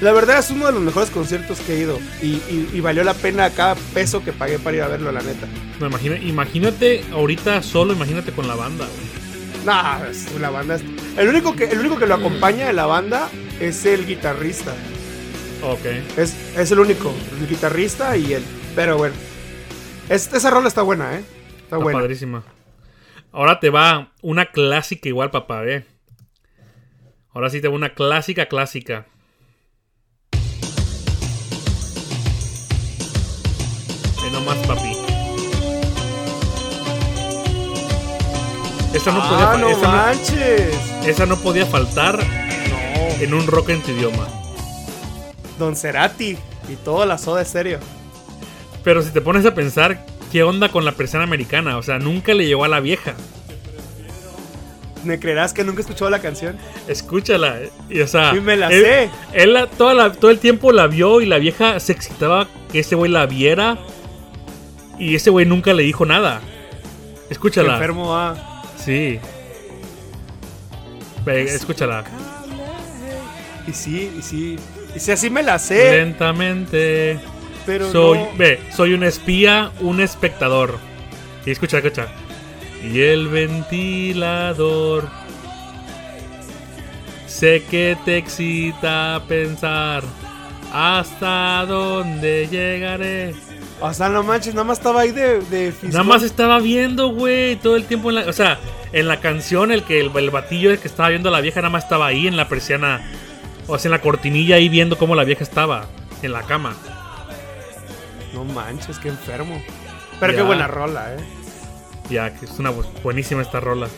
La verdad es uno de los mejores conciertos que he ido y, y- y valió la pena cada peso que pagué para ir a verlo, la neta.
No, imagina- imagínate ahorita solo, imagínate con la banda. güey.
Nah, es- la banda es... El único que, el único que lo acompaña de la banda es el guitarrista.
Ok.
Es, es el único, el guitarrista y él. Pero bueno, es- esa rola está buena, ¿eh? Está,
Está
buena.
padrísima. Ahora te va una clásica igual, papá, ¿eh? Ahora sí te va una clásica, clásica. Ve nomás, papi. Esa no, podía,
Ah,
fa-
no
esa no-
manches.
esa no podía faltar
No.
en un rock en tu idioma.
Don Cerati y toda la soda estéreo.
Pero si te pones a pensar, ¿qué onda con la persiana americana? O sea, nunca le llegó a la vieja.
¿Me creerás que nunca he escuchado la canción?
Escúchala. eh, Y, o sea,
Sí, me la
él,
sé.
él la- toda la- todo el tiempo la vio y la vieja se excitaba que ese güey la viera. Y ese güey nunca le dijo nada.
Qué
Escúchala.
Enfermo ah.
Sí. Ve, escúchala.
Y sí, y sí. Y sí, así me la sé.
Lentamente.
pero
soy,
no.
ve, soy un espía, un espectador. Y escucha, escucha. Y el ventilador. Sé que te excita pensar hasta dónde llegaré.
O sea, no manches, nada más estaba ahí de, de fisgón.
Nada más estaba viendo, güey, todo el tiempo en la, o sea, en la canción el que el, el batillo el que estaba viendo a la vieja nada más estaba ahí en la persiana, o sea, en la cortinilla ahí viendo cómo la vieja estaba en la cama.
No manches, qué enfermo. Pero qué
Ya.
buena rola, eh.
Ya, que es una bu- buenísima esta rola.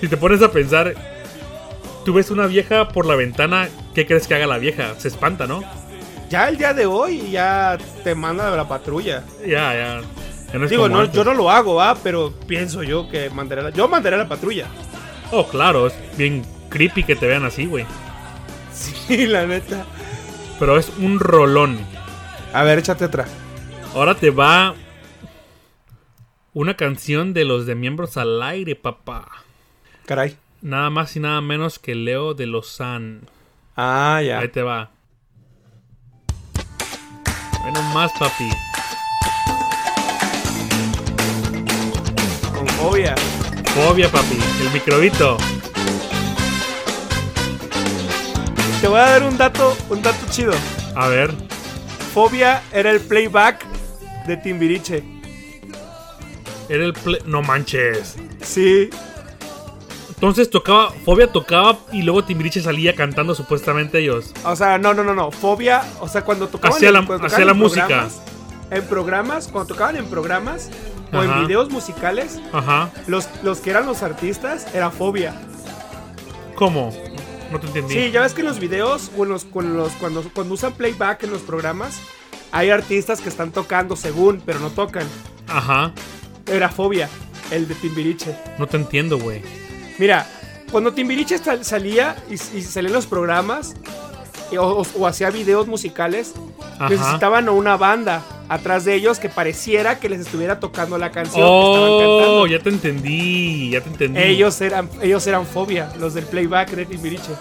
Si te pones a pensar, tú ves una vieja por la ventana, ¿qué crees que haga la vieja? Se espanta, ¿no?
Ya el día de hoy ya te manda a la patrulla.
Ya, ya. ya no es
Digo,
como
no,
antes.
yo no lo hago, ah, pero pienso yo que mandaré la, yo mandaré a la patrulla.
Oh, claro, es bien creepy que te vean así, güey.
Sí, la neta.
Pero es un rolón.
A ver, échate atrás.
Ahora te va una canción de los de miembros al aire, papá.
Caray.
Nada más y nada menos que Leo de Lozán.
Ah, ya.
Ahí te va. Bueno, más, papi.
Con fobia.
Fobia, papi. El microbito.
Te voy a dar un dato, un dato chido.
A ver.
Fobia era el playback de Timbiriche.
Era el ple- No manches.
Sí,
Entonces tocaba. Fobia tocaba y luego Timbiriche salía cantando supuestamente ellos.
o sea, no, no, no, no. Fobia, o sea, cuando tocaban
Hacía la-
cuando
hacía la música.
programas- En programas, cuando tocaban en programas o
Ajá.
en videos musicales,
Ajá.
los, los que eran los artistas era fobia.
¿Cómo? No te entendí.
Sí, ya ves que en los videos o en los, con los, cuando, cuando usan playback en los programas, hay artistas que están tocando según, pero no tocan.
Ajá.
Era fobia, el de Timbiriche.
No te entiendo, güey.
Mira, cuando Timbiriche sal- salía y, y salía en los programas y- o, o- o hacía videos musicales,
Ajá.
necesitaban a una banda atrás de ellos que pareciera que les estuviera tocando la canción que estaban
Oh,
cantando.
ya te entendí. Ya te entendí.
Ellos eran, ellos eran fobia, los del playback de Timbiriche.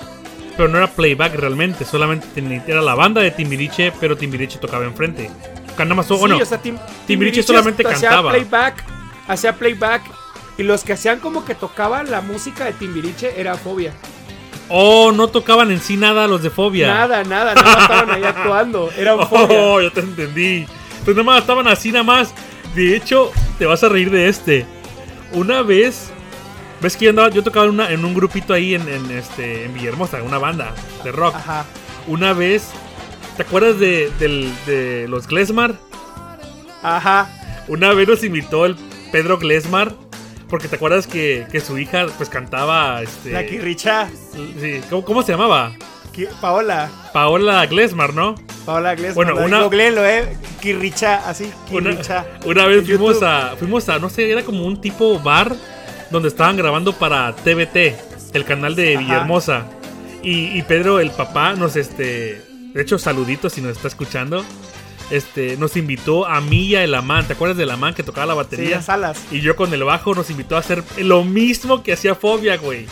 Pero no era playback realmente. Solamente ten- era la banda de Timbiriche, pero Timbiriche tocaba enfrente. Nada más. bueno,
Sí, o sea, Tim-
solamente
hacía
cantaba.
Playback, hacía playback y los que hacían como que tocaban la música de Timbiriche era fobia.
Oh, no tocaban en sí nada los de Fobia.
Nada, nada, nada estaban ahí actuando, era fobia.
Oh, ya te entendí. Pues nada más estaban así nada más. De hecho, te vas a reír de este. Una vez, ves que yo andaba, yo tocaba en, una- en un grupito ahí en, en, este en Villahermosa, una banda de rock.
Ajá.
Una vez, ¿te acuerdas de, del- de los Glesmar?
Ajá.
Una vez nos invitó el Pedro Glesmar. Porque te acuerdas que, que su hija pues cantaba este.
La Kirricha,
sí, ¿cómo, cómo se llamaba?
Ki- Paola,
Paola Glesmar, ¿no?
Paola Glesman.
Bueno,
ahí
una-
googleenlo, eh. Kirricha, así,
Una,
Kirricha.
una vez
En
fuimos
YouTube.
a, fuimos a, no sé, era como un tipo bar donde estaban grabando para TVT, el canal de
Ajá.
Villahermosa. Y, y Pedro, el papá, nos este. De hecho, saluditos si nos está escuchando. este, nos invitó a mí y a El Amán. ¿Te acuerdas del Amán que tocaba la
Sí,
batería?
las alas.
y yo con el bajo nos invitó a hacer lo mismo que hacía Fobia, güey.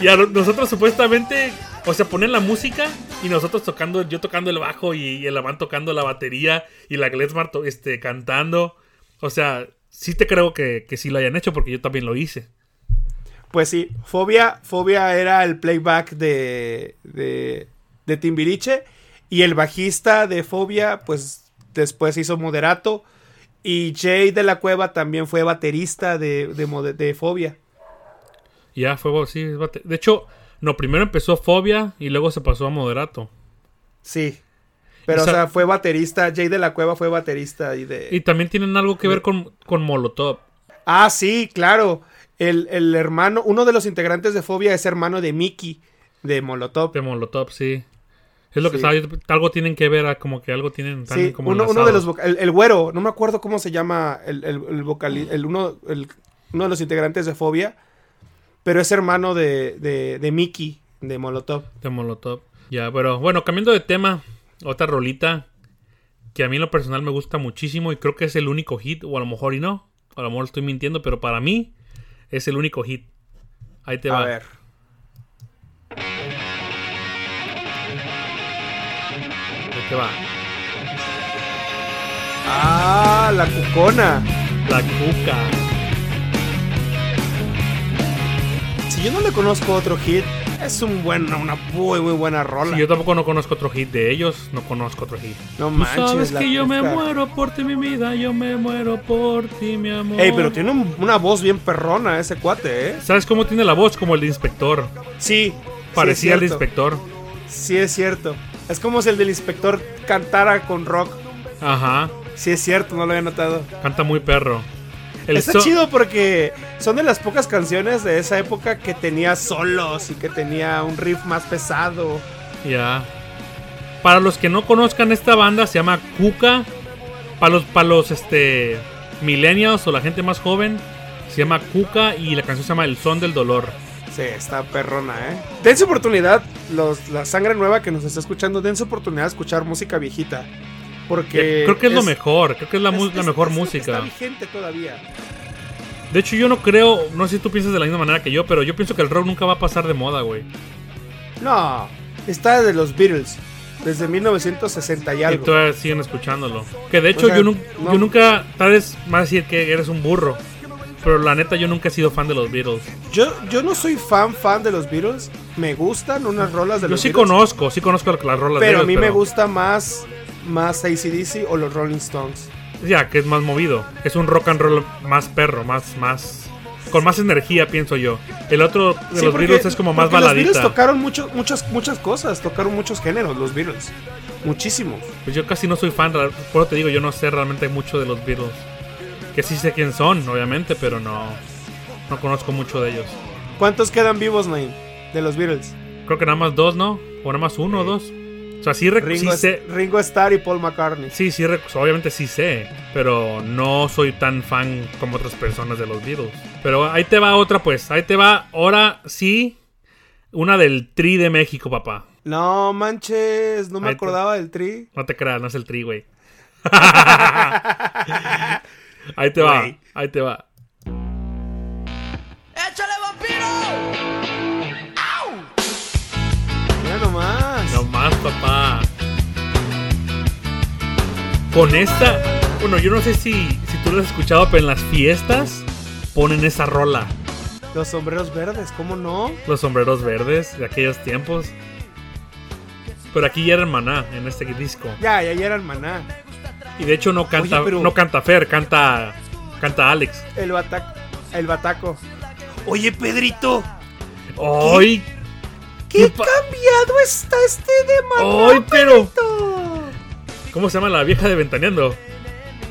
y a lo- nosotros supuestamente, o sea, ponen la música y nosotros tocando, yo tocando el bajo y, el Amán tocando la batería y la Glesmar to- este, cantando. O sea, sí te creo que, que sí lo hayan hecho porque yo también lo hice.
Pues sí, Fobia, Fobia era el playback de, de, de Timbiriche y el bajista de Fobia pues después hizo Moderato y Jay de la Cueva también fue baterista de, de, Mode- de Fobia.
Ya, fue, bo- sí, es bate- De hecho, no, primero empezó Fobia y luego se pasó a Moderato.
Sí. Pero, o
Esa-
sea, fue baterista, Jay de la Cueva fue baterista y de...
Y también tienen algo que ver con, con Molotov.
Ah, sí, claro. El, el hermano, uno de los integrantes de Fobia es hermano de Mickey, de Molotov.
De Molotov, sí. Es lo que
Sí.
estaba yo- Algo tienen que ver, ah, como que algo tienen tan
Sí,
como
uno, uno de los
enlazados.
voca- el, el güero, no me acuerdo cómo se llama el, el, el vocali- el uno, el- uno de los integrantes de Fobia, pero es hermano de, de, de Mickey, de Molotov.
De Molotov. Ya, pero bueno, cambiando de tema, otra rolita que a mí en lo personal me gusta muchísimo y creo que es el único hit, o a lo mejor y no, a lo mejor estoy mintiendo, pero para mí es el único hit. Ahí te
A
va.
ver.
Ahí te va.
Ah, la cucona.
La cuca.
Si yo no le conozco otro hit, es un buen, una muy, muy buena rola.
Sí, yo tampoco no conozco otro hit de ellos, no conozco otro hit.
No
Tú
manches.
sabes
la
que yo me
cuca.
muero por ti, mi vida, yo me muero por ti, mi amor.
Ey, pero tiene un- una voz bien perrona ese cuate, ¿eh?
¿Sabes cómo tiene la voz? Como el de inspector.
Sí.
Parecía
sí
el
es cierto.
inspector.
Sí, es cierto. Es como si el del inspector cantara con rock.
Ajá.
Sí, es cierto, no lo había notado.
Canta muy perro. El
Está
so-
chido porque son de las pocas canciones de esa época que tenía solos y que tenía un riff más pesado.
Ya. Para los que no conozcan esta banda, se llama Cuca. Para los, para los este, millennials o la gente más joven, se llama Cuca y la canción se llama El Son del Dolor.
Sí, está perrona, ¿eh? Dense oportunidad, los, la sangre nueva que nos está escuchando, dense oportunidad de escuchar música viejita. Porque.
Eh, creo que es, lo mejor, creo que es la, mu-
es-
la
es-
mejor
es lo que
música.
Está vigente todavía.
De hecho, yo no creo, no sé si tú piensas de la misma manera que yo, pero yo pienso que el rock nunca va a pasar de moda, güey.
No, está de los Beatles, desde 1960 y
Y
algo.
todavía siguen escuchándolo. Que de hecho
O sea,
yo, nun-
no-
yo nunca, tal vez me vas a decir que eres un burro. Pero la neta yo nunca he sido fan de los Beatles.
Yo, yo no soy fan, fan de los Beatles. Me gustan unas rolas de
yo
los
sí
Beatles.
conozco, sí conozco las rolas de
Pero a
ellos,
mí me gusta más, más ACDC o los Rolling Stones.
Ya, que es más movido. Es un rock and roll más perro, más, más... Con más energía, pienso yo. El otro de
Sí,
los
porque-
Beatles es como más
porque Los
baladita.
Beatles tocaron mucho- muchas, muchas cosas, tocaron muchos géneros, los Beatles. Muchísimos.
Pues yo casi no soy fan, la- por eso te digo, yo no sé realmente mucho de los Beatles. Que sí sé quién son, obviamente, pero no... No conozco mucho de ellos.
¿Cuántos quedan vivos, Naim? De los Beatles.
Creo que nada más dos, ¿no? O nada más uno o dos. O sea, sí, rec-
Ringo,
Pues sí sé,
Ringo Starr y Paul McCartney.
Sí, sí, rec- obviamente sí sé, pero no soy tan fan como otras personas de los Beatles. Pero ahí te va otra, pues. Ahí te va, ahora sí, una del Tri de México, papá.
No manches, no me
Ahí te-
acordaba del tri.
No te creas, no es el Tri, güey. ahí te va,
Güey.
ahí te va.
Mira nomás.
No más, papá. Con esta, bueno, yo no sé si, si tú lo has escuchado, pero en las fiestas ponen esa rola.
Los sombreros verdes, ¿cómo no?
los sombreros verdes de aquellos tiempos. Pero aquí ya era el maná en este disco.
Ya, ya, ya eran maná.
Y de hecho no canta,
Oye, pero-
no canta Fer, canta, canta Alex.
El bataco. El bataco. Oye, Pedrito,
¡Ay!
qué
¿Qué pa-
cambiado está este de maná.
¡Ay, pero!
Pedrito!
¿Cómo se llama la vieja de Ventaneando?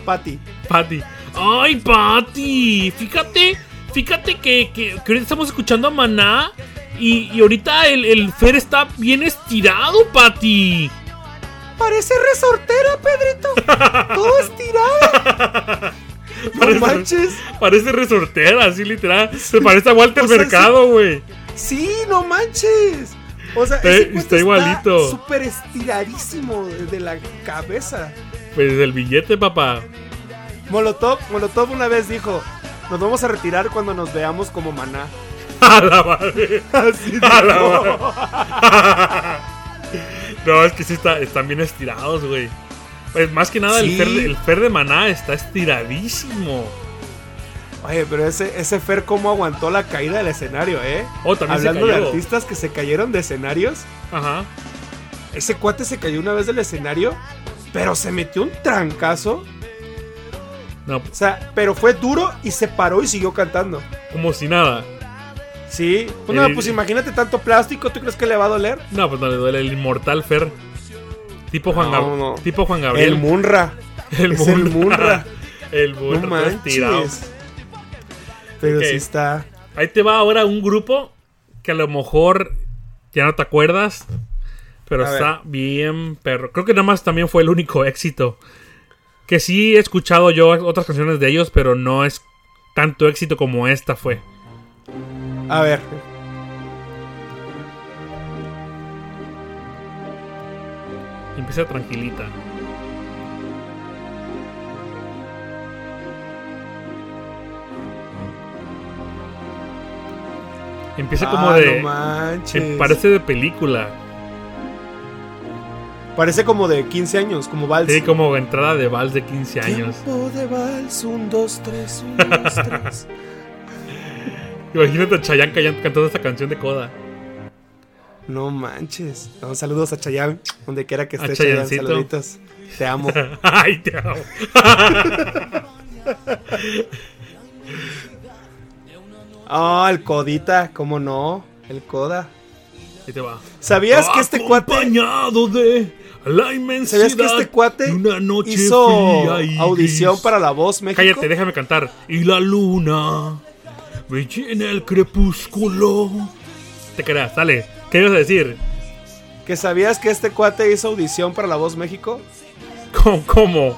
Pati.
Patty. ¡Ay, Patty! Fíjate, fíjate que, que, que ahorita estamos escuchando a Maná y, y ahorita el, el Fer está bien estirado, Patty.
Parece resortera, Pedrito. Todo estirado.
Parece-
No manches.
Parece resortera, así literal. Se parece a Walter
O sea, sí.
Mercado, güey.
Sí, no manches. O sea,
Está-
ese cuento
está igualito.
Súper estiradísimo de la cabeza.
Pues el billete, papá.
Molotov, Molotov una vez dijo, nos vamos a retirar cuando nos veamos como maná.
A la madre.
Así dijo.
A la No, es que sí está- están bien estirados, güey. Pues más que nada,
Sí.
el, fer, de- el Fer de Maná está estiradísimo.
Oye, pero ese, ese Fer cómo aguantó la caída del escenario, ¿eh?
Oh, también se
Hablando de
cayó.
artistas que se cayeron de escenarios,
Ajá.
ese cuate se cayó una vez del escenario, pero se metió un trancazo.
No,
O sea, pero fue duro y se paró y siguió cantando.
como si nada.
Sí. Bueno,
El-
pues imagínate tanto plástico, ¿tú crees que le va a doler?
No, pues no le duele el inmortal Fer. Tipo Juan,
No,
Gab-
no.
Tipo Juan Gabriel.
El Munra.
El
es el
Munra.
Munra.
El Munra
No
todo estirado.
manches. Pero
Ok.
sí está.
Ahí te va ahora un grupo que a lo mejor ya no te acuerdas, pero
A
está bien perro. Creo que nada más también fue el único éxito. Que sí he escuchado yo otras canciones de ellos, pero no es tanto éxito como esta fue.
A ver.
Empieza tranquilita. Empieza como
Ah,
de...
No
que
manches.
parece de película.
Parece como de 15 años, como vals.
Sí, como entrada de vals de 15 años.
Tiempo de vals, un, dos, tres, un, dos, tres.
Imagínate a Chayanne callan- cantando esta canción de coda.
No manches. No, saludos a Chayanne, donde quiera que
A
esté Chayanne.
Chayancito.
Saluditos. Te amo.
Ay, te amo.
Ah, el Codita, cómo no. El Coda.
Ahí te va. Ah,
¿Sabías que este cuate
Acompañado de la inmensidad.
¿Sabías que este cuate
de una noche
hizo
fría y
audición
gris?
para La Voz México?
Cállate, déjame cantar. Y la luna me llena el crepúsculo. Te creas, dale. ¿Qué ibas a decir?
¿Que sabías que este cuate hizo audición para La Voz México?
¿Cómo? cómo?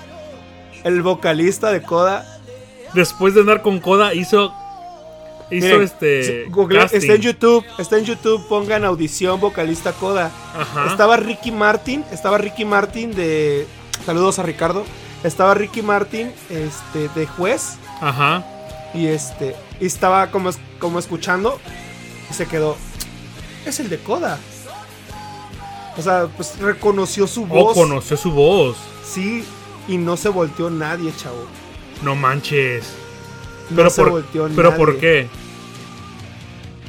El vocalista de Coda.
Después de andar con coda, hizo. Hizo
Miren,
este.
su- Google,
casting.
está en YouTube, está en YouTube, pongan audición vocalista Coda.
Ajá.
Estaba Ricky Martin, estaba Ricky Martin de saludos a Ricardo. Estaba Ricky Martin este de juez
Ajá.
y este y estaba como es- como escuchando y se quedó es el de Coda. O sea, pues reconoció su
Oh,
voz.
conoció su voz.
Sí, y no se volteó nadie, chavo.
No manches.
No
Pero,
se
por,
volteó
pero
nadie.
¿por qué?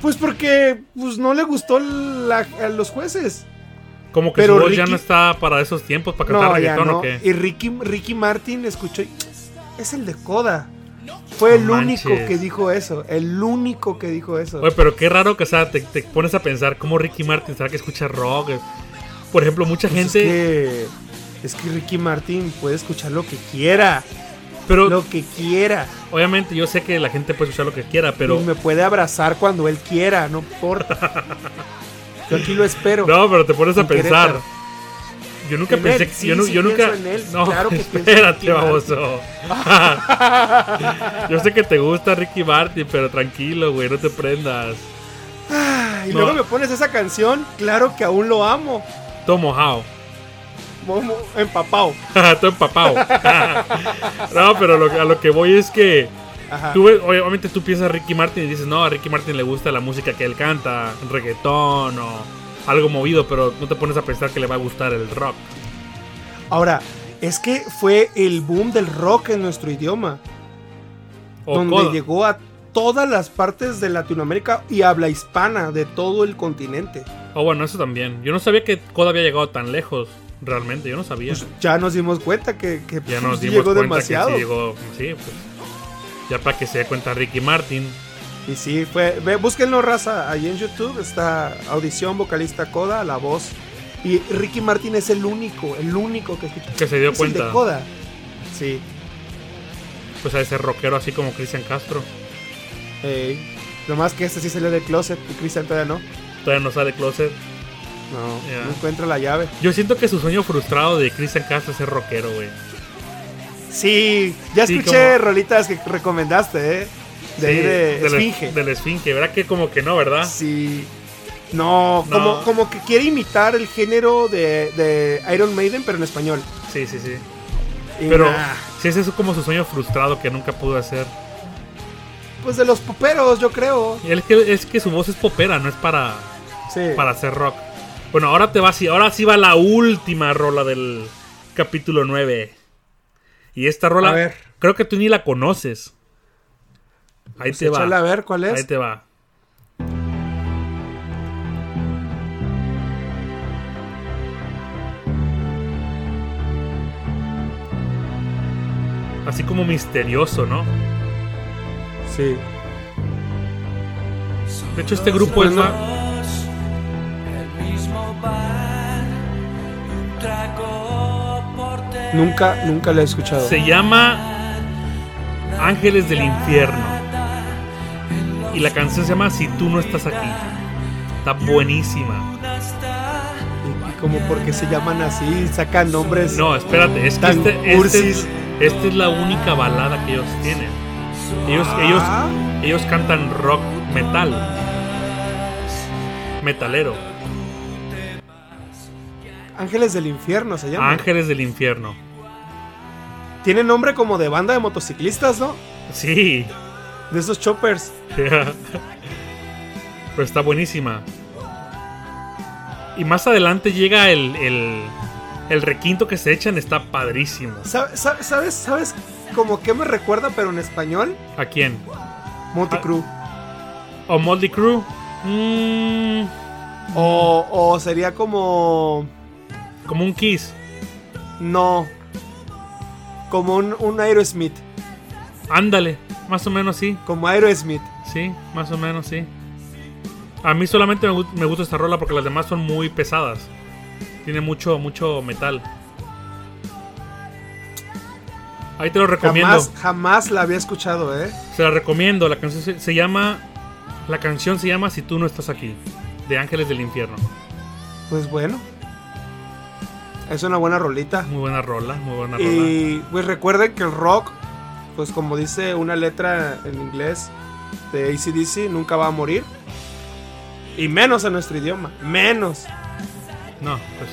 Pues porque pues no le gustó la- a los jueces.
Como que
Pero
su voz ya
Ricky-
no está para esos tiempos, para cantar
No, ya
reggaetón o
no.
qué.
Y Ricky, Ricky Martin escuchó. y, Es el de Coda. Fue el
No manches.
único que dijo eso. El único que dijo eso.
Oye, pero qué raro que, o sea, te, te pones a pensar cómo Ricky Martin será que escucha rock. Por ejemplo, mucha
Pues
gente.
Es que, es que Ricky Martin puede escuchar lo que quiera.
Pero
Lo que quiera.
obviamente yo sé que la gente puede escuchar lo que quiera, pero.
Y me puede abrazar cuando él quiera. No importa. Yo aquí lo espero.
No, pero te pones a
En
pensar.
Querétaro.
Yo nunca
En
pensé
él,
que.
sí,
yo, nu-
sí
yo nunca.
pienso en él,
No,
claro que pienso en
espérate,
Ricky Martin.
baboso. yo sé que te gusta Ricky Martin, pero tranquilo, güey, no te prendas.
Ah, y
no.
luego me pones esa canción. Claro que aún lo amo.
Todo mojado.
Momo, Empapado.
Todo empapado. no, pero lo- a lo que voy es que.
Ajá.
Tú ves- oye, obviamente tú piensas a Ricky Martin y dices, no, a Ricky Martin le gusta la música que él canta, reggaetón o algo movido, pero no te pones a pensar que le va a gustar el rock.
Ahora, es que fue el boom del rock en nuestro idioma,
O
donde
coda.
llegó a todas las partes de Latinoamérica y habla hispana de todo el continente.
Oh, bueno, eso también. Yo no sabía que Coda había llegado tan lejos, realmente, yo no sabía.
Pues ya nos dimos cuenta que, que,
ya
pues,
nos dimos
llegó
cuenta
demasiado.
que sí llegó, sí, pues, ya para que se dé cuenta Ricky Martin.
Y sí, fue, ve, búsquenlo, raza, ahí en YouTube está audición vocalista Coda, la voz. Y Ricky Martin es el único, el único que escucha.
Que se dio
Es el
cuenta.
de Coda. Sí.
Pues a ese rockero así como Cristian Castro.
ey. Lo más que este sí salió del closet y Cristian todavía no.
Todavía no sale closet.
No,
Ya.
no encuentra la llave.
Yo siento que su sueño frustrado de Cristian Castro es ser rockero, güey.
Sí, ya
Sí,
escuché
como-
rolitas que recomendaste, ¿eh? De ahí
Sí,
de
la-
Esfinge.
de la Esfinge, ¿verdad? Que como que no, ¿verdad?
Sí. No,
No.
Como, como que quiere imitar el género de, de Iron Maiden, pero en español.
Sí, sí, sí.
Y
Pero
nah,
si ese es como su sueño frustrado que nunca pudo hacer.
pues de los poperos, yo creo.
Y él es que, es que su voz es popera, no es para,
Sí.
para hacer rock. Bueno, ahora te va así, ahora sí va la última rola del capítulo 9. Y esta rola
A ver.
creo que tú ni la conoces. Ahí
Pues
te va.
échale a ver cuál
Ahí
es.
te va. Así como misterioso, ¿no?
Sí.
De hecho, este grupo es más.
Nunca, nunca la he escuchado.
Se llama Ángeles del Infierno. Y la canción se llama Si tú no estás aquí. Está buenísima.
Y, y como porque se llaman así, sacan nombres.
No, espérate, es que
Tan
este- este es-
cursis.
esta es la única balada que ellos tienen. Ellos, ellos,
Ah.
ellos cantan rock metal. Metalero.
Ángeles del Infierno se llama.
Ángeles del Infierno.
Tiene nombre como de banda de motociclistas, ¿no?
Sí.
De esos choppers.
Pero está buenísima. Y más adelante llega el, el, el requinto que se echan, está padrísimo.
Sa- sa- ¿Sabes, sabes como que me recuerda, pero en español?
¿A quién?
Monty
Ah.
Crew.
¿O Moldy Crew? Mm,
O, o sería como.
como un Kiss.
No. Como un, un Aerosmith.
Ándale, más o menos sí.
Como Aerosmith.
Sí, más o menos sí. A mí solamente me, gu- me gusta esta rola porque las demás son muy pesadas. Tiene mucho, mucho metal. Ahí te lo recomiendo.
Jamás, jamás la había escuchado, ¿eh?
Se la recomiendo. La canción se, se llama. La canción se llama Si tú no estás aquí. De Ángeles del Infierno.
Pues bueno. Es una buena rolita.
Muy buena rola, muy buena rola.
Y pues recuerden que el rock, pues como dice una letra en inglés de ACDC, nunca va a morir. Y menos en nuestro idioma. Menos.
No, pues.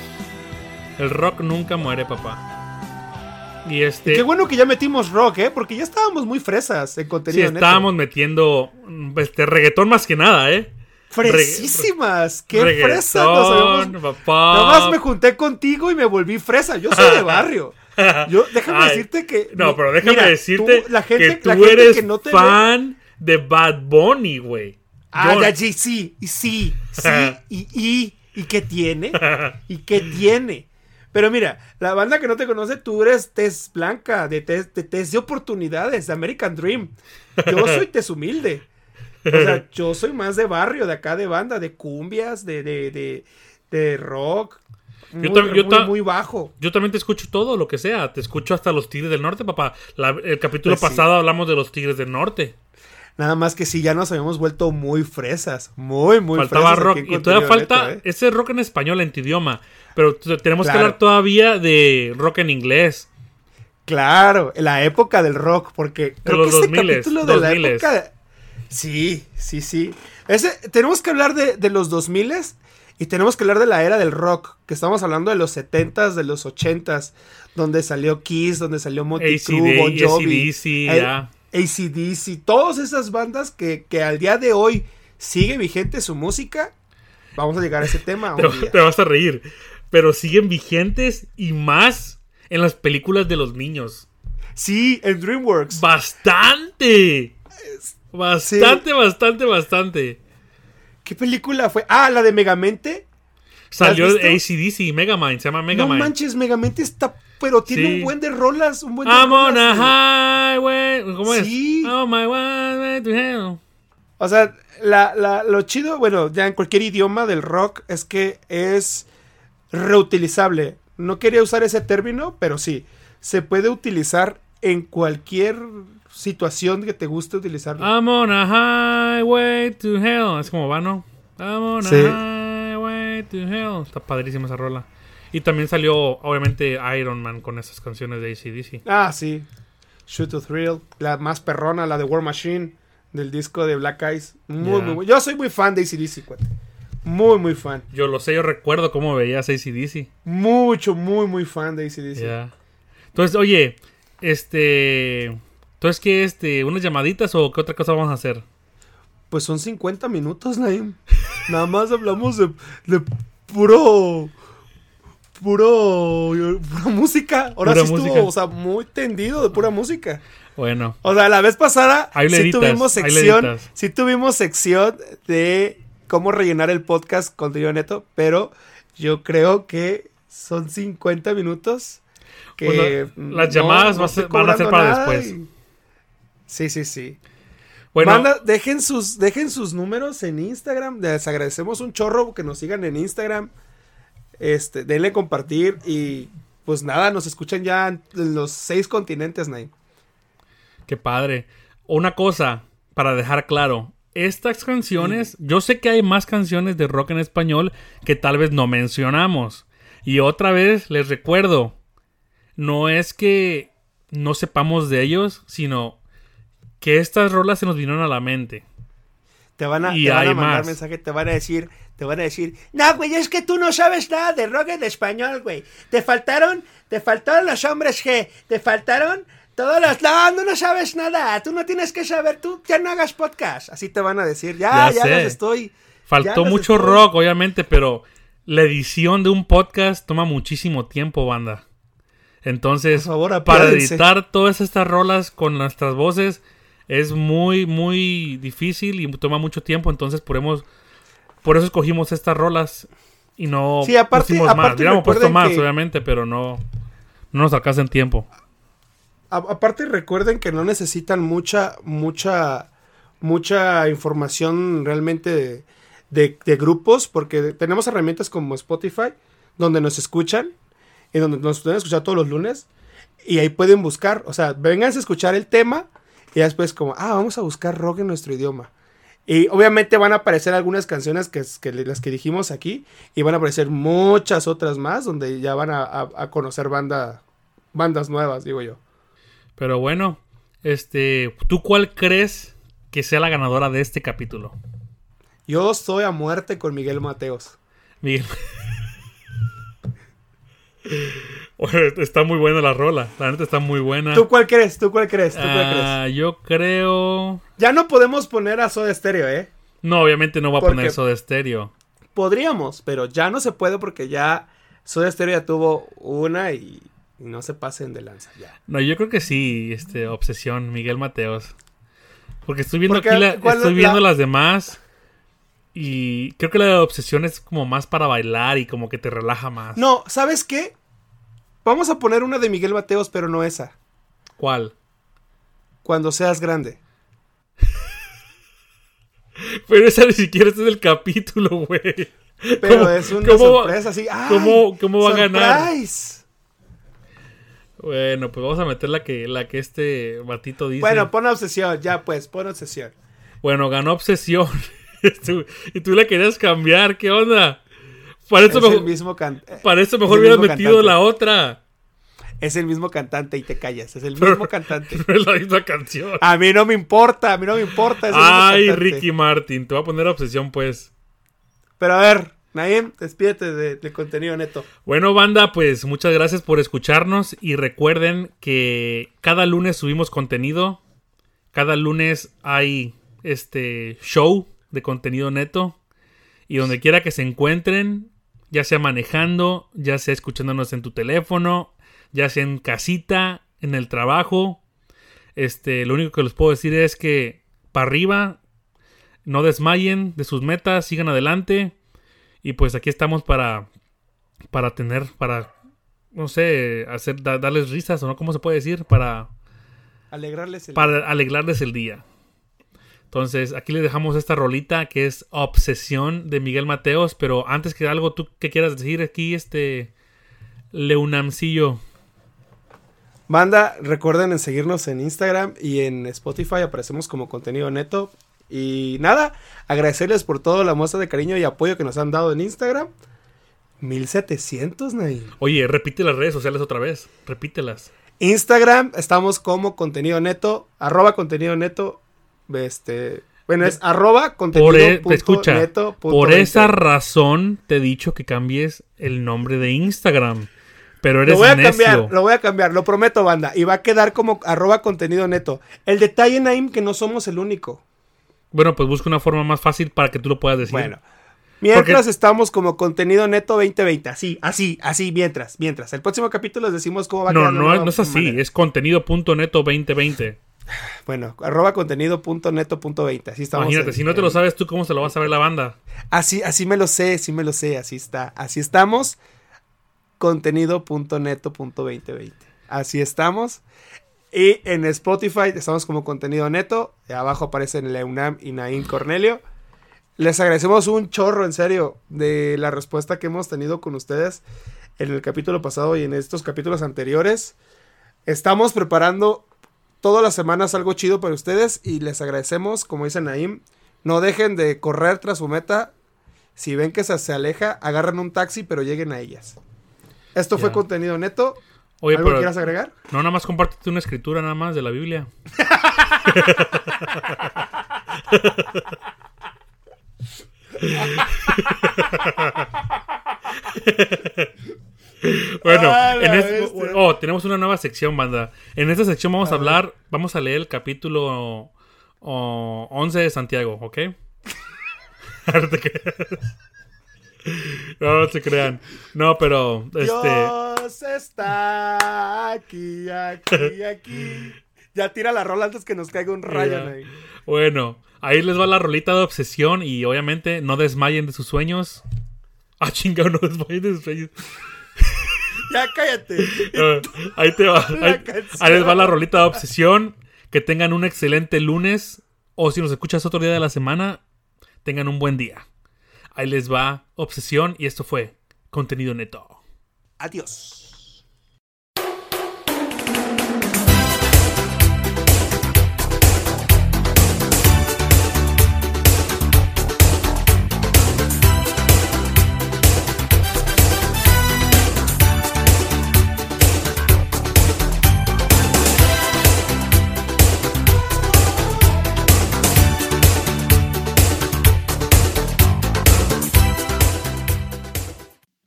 El rock nunca muere, papá. Y
Y
este.
Qué bueno que ya metimos rock, ¿eh? Porque ya estábamos muy fresas en
sí,
contenido. neto.
estábamos metiendo. mm, Este reggaetón más que nada, ¿eh?
Fresísimas. Qué
reggaetón,
fresas nos habíamos-
papá.
Nada más me junté contigo y me volví fresa. Yo soy de barrio. Yo, déjame
Ay,
decirte que.
No, pero déjame
mira,
decirte
tú- la gente,
que tú
la gente
eres
que no te ve-
fan de Bad Bunny, güey.
Ah,
Yo-
ya, sí, sí, y sí, sí, y, y, y qué tiene, y qué tiene. Pero mira, la banda que no te conoce, tú eres Tez Blanca, de Tez de, tez de Oportunidades, de American Dream. Yo soy Tez Humilde. O sea, yo soy más de barrio, de acá de banda, de cumbias, de, de, de, de rock. Muy,
Yo tam- yo
muy-
ta-
muy bajo.
Yo también te escucho todo, lo que sea. Te escucho hasta los Tigres del Norte, papá. La- el capítulo
Pues sí.
pasado hablamos de los Tigres del Norte.
Nada más que sí, ya nos habíamos vuelto muy fresas. Muy, muy
Faltaba
fresas.
rock.
aquí en
Y todavía
contenido
falta
neto, ¿eh?
ese rock en español, en tu idioma. Pero t- tenemos que
Claro.
hablar todavía de rock en inglés.
Claro, la época del rock, porque creo
los
que ese
2000s,
capítulo de la
2000s.
época. Sí, sí, sí. Ese, tenemos que hablar de, de los 2000 y tenemos que hablar de la era del rock, que estamos hablando de los 70s, de los 80s, donde salió Kiss, donde salió Motley Crue, Bon
AC/DC,
Jovi, eh,
AC/DC, ya.
ACDC, todas esas bandas que, que al día de hoy sigue vigente su música. Vamos a llegar a ese tema. un
Te,
día.
te vas a reír. Pero siguen vigentes y más en las películas de los niños.
Sí, en DreamWorks.
¡Bastante! Bastante, bastante, bastante.
¿Qué película fue? Ah, la de Megamente.
Salió
visto?
ACDC, Megamind, se llama
no
Megamind.
manches, Megamente está. Pero tiene
Sí.
un buen de rolas. Un buen de
I'm on
rolas,
a
güey.
highway. ¿Cómo
Sí.
es? Oh my way to hell.
O sea, la- la- lo chido, bueno, ya en cualquier idioma del rock es que es reutilizable. No quería usar ese término, pero sí. Se puede utilizar en cualquier situación que te guste utilizarlo.
I'm on a highway to hell. Es como va, ¿no? I'm on
Sí.
a highway to hell. Está padrísima esa rola. Y también salió, obviamente, Iron Man con esas canciones de ACDC.
Ah, sí. Shoot to Thrill, la más perrona, la de War Machine, del disco de Black Eyes. Muy,
Ya.
muy bu- Yo soy muy fan de ACDC, cuate. Muy, muy fan.
Yo lo sé, yo recuerdo cómo veías ACDC.
Mucho, muy, muy fan de ACDC.
Ya. Entonces, oye, este. Entonces, ¿qué? Este, ¿Unas llamaditas o qué otra cosa vamos a hacer?
Pues son 50 minutos, Naim. Nada más hablamos de, de puro. Puro. Pura música. Ahora
Pura
sí estuvo,
música.
o sea, muy tendido de pura música.
Bueno,
O sea, la vez pasada
Ahí le
sí
editas,
tuvimos
ahí le
sección,
editas.
sí tuvimos sección de cómo rellenar el podcast con contenido neto, pero yo creo que son 50 minutos que
Pues la- las
no-
llamadas
no
va a
estoy
ser- van a ser
cobrando
para
nada
después.
y- Sí, sí, sí.
bueno,
Manda- dejen sus dejen sus números en Instagram, les agradecemos un chorro que nos sigan en Instagram. Este, denle compartir y pues nada, nos escuchan ya en los seis continentes, Nay.
qué padre. Una cosa, para dejar claro, estas canciones, yo sé que hay más canciones de rock en español que tal vez no mencionamos. Y otra vez les recuerdo, no es que no sepamos de ellos, sino que estas rolas se nos vinieron a la mente.
Te van a,
Y
te van a
hay
mandar
más.
mensaje, te van a decir, te van a decir, no, güey, es que tú no sabes nada de rock en español, güey. Te faltaron, te faltaron los hombres G, te faltaron todos los. No, no, no sabes nada. Tú no tienes que saber, tú ya no hagas podcast. Así te van a decir, ya,
Ya
ya,
sé.
los estoy.
Faltó
ya los
mucho
estoy".
rock, obviamente, pero la edición de un podcast toma muchísimo tiempo, banda. Entonces,
Por favor,
para
apiádense.
editar todas estas rolas con nuestras voces es muy, muy difícil y toma mucho tiempo. Entonces, por, hemos- por eso escogimos estas rolas y no
Sí, aparte-
pusimos más.
aparte
Hubiéramos puesto
recuerden
más,
que-
obviamente, pero no, no nos alcanza en tiempo.
A- aparte recuerden que no necesitan mucha, mucha, mucha información realmente de, de- de grupos, porque tenemos herramientas como Spotify, donde nos escuchan, y donde nos pueden escuchar todos los lunes, y ahí pueden buscar, o sea, vénganse a escuchar el tema, y ya después como, ah, vamos a buscar rock en nuestro idioma. Y obviamente van a aparecer algunas canciones que, es- que le- las que dijimos aquí, y van a aparecer muchas otras más, donde ya van a, a- a conocer banda, bandas nuevas, digo yo.
Pero bueno, este, ¿tú cuál crees que sea la ganadora de este capítulo?
Yo estoy a muerte con Miguel Mateos.
Miguel. Oye, está muy buena la rola. La neta está muy buena.
¿Tú cuál crees? ¿Tú cuál crees? ¿Tú cuál crees?
Ah, yo creo.
Ya no podemos poner a Soda Stereo, ¿eh?
No, obviamente no va a
¿Por
poner
qué?
eso de estéreo.
Podríamos, pero ya no se puede porque ya Soda Stereo ya tuvo una y no se pasen de lanza. Ya.
No, yo creo que sí, este, obsesión, Miguel Mateos. Porque estoy viendo
Porque,
aquí la-
¿cuál
estoy
es
viendo
la-
las demás. Y creo que la de obsesión es como más para bailar y como que te relaja más.
No, ¿sabes qué? Vamos a poner una de Miguel Mateos, pero no esa.
¿Cuál?
Cuando seas grande.
Pero esa ni siquiera este es el capítulo, güey.
Pero
¿Cómo-
es una
cómo va-
sorpresa así. ¡Ay!
cómo- cómo va a ganar?
surprise!
Bueno, pues vamos a meter la que, la que este batito dice.
Bueno, pon obsesión, ya pues, pon obsesión.
Bueno, ganó Obsesión. Tú- y tú la querías cambiar, ¿qué onda? Para eso,
Es
mejor,
el mismo can- eh,
para eso
es
mejor
el
hubieras
mismo
metido
cantante.
la otra.
Es el mismo cantante y te callas. Es el mismo cantante.
No es la misma canción.
A mí no me importa, a mí no me importa. Ah, es el mismo
Ay,
cantante.
Ricky Martin, te voy a poner Obsesión, pues.
Pero a ver, Naim, despídete de- del contenido neto.
Bueno, banda, pues muchas gracias por escucharnos y recuerden que cada lunes subimos contenido. Cada lunes hay este show de contenido neto y donde quiera que se encuentren, ya sea manejando, ya sea escuchándonos en tu teléfono, ya sea en casita, en el trabajo. Este, lo único que les puedo decir es que para arriba no desmayen de sus metas, sigan adelante y pues aquí estamos para para tener, para, no sé, hacer, da- darles risas o no, ¿cómo se puede decir? Para,
Alegrarles el.
para alegrarles el día. Entonces, aquí les dejamos esta rolita que es Obsesión de Miguel Mateos, pero antes que algo, tú que quieras decir aquí, este, Leunamcillo.
Banda, recuerden en seguirnos en Instagram y en Spotify. Aparecemos como contenido neto. Y nada, agradecerles por toda la muestra de cariño y apoyo que nos han dado en Instagram. 1700, Naim.
Oye, repite las redes sociales otra vez, repítelas.
Instagram, estamos como contenido neto, arroba contenido neto. Este, Bueno, es arroba contenido
Por, e-
punto
te escucha,
neto punto
por
20.
esa razón te he dicho que cambies el nombre de Instagram. Pero eres
Lo voy a
necio.
cambiar, lo voy a cambiar, lo prometo, banda. Y va a quedar como arroba contenido neto. El detalle, Naim, que no somos el único.
Bueno, pues busca una forma más fácil para que tú lo puedas decir.
Bueno. Mientras estamos como contenido neto 2020. Así, así, así, mientras, mientras. El próximo capítulo les decimos cómo va a
no,
quedar la
no,
nueva
no es así.
manera.
Es contenido.neto2020.
Bueno, arroba contenido punto neto punto 20. Así estamos.
Imagínate,
en-
si no te
en-
lo sabes tú, ¿cómo se lo va a saber la banda?
Así, así me lo sé, sí me lo sé, así está. Así estamos. Contenido.neto.2020. Así estamos. Y en Spotify estamos como contenido neto. Y abajo aparecen Leunam y Naim Cornelio. Les agradecemos un chorro, en serio, de la respuesta que hemos tenido con ustedes en el capítulo pasado y en estos capítulos anteriores. Estamos preparando todas las semanas algo chido para ustedes y les agradecemos, como dice Naim, no dejen de correr tras su meta. Si ven que se, se aleja, agarren un taxi, pero lleguen a ellas. Esto fue
Ya.
contenido neto.
Oye,
¿Algo que
pero
quieras agregar?
no, nada más compártete una escritura nada más de la Biblia. bueno,
A Ah, la
en es-
bestia.
oh, tenemos una nueva sección, banda. En esta sección vamos a, hablar, vamos a leer el capítulo oh, 11 de Santiago, ¿ok? No te creas. no, no se crean. No, pero este
Dios está aquí, aquí, aquí. Ya tira la rola antes que nos caiga un rayo.
Ya.
Naim.
Bueno, ahí les va la rolita de obsesión y obviamente no desmayen de sus sueños. Ah, chingado, no desmayen de sus sueños.
Ya cállate.
Ah, ahí te va.
La
Ahí,
canción.
ahí les va la rolita de obsesión. Que tengan un excelente lunes o si nos escuchas otro día de la semana, tengan un buen día. Ahí les va obsesión y esto fue contenido neto.
Adiós.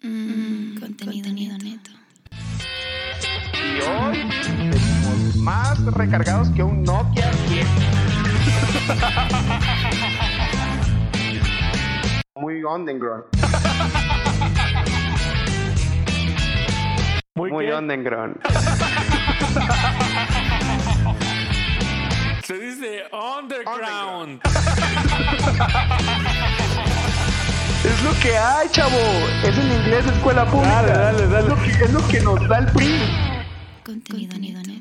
Mm, Contenido neto.
Y hoy venimos más recargados que un Nokia 10. Muy underground.
Muy,
Muy
qué?
underground.
Se dice underground.
Es lo que hay, chavo. Es el inglés de escuela pública.
Dale, dale, dale.
Es lo que, es lo que nos da el PRI.
Contenido neto.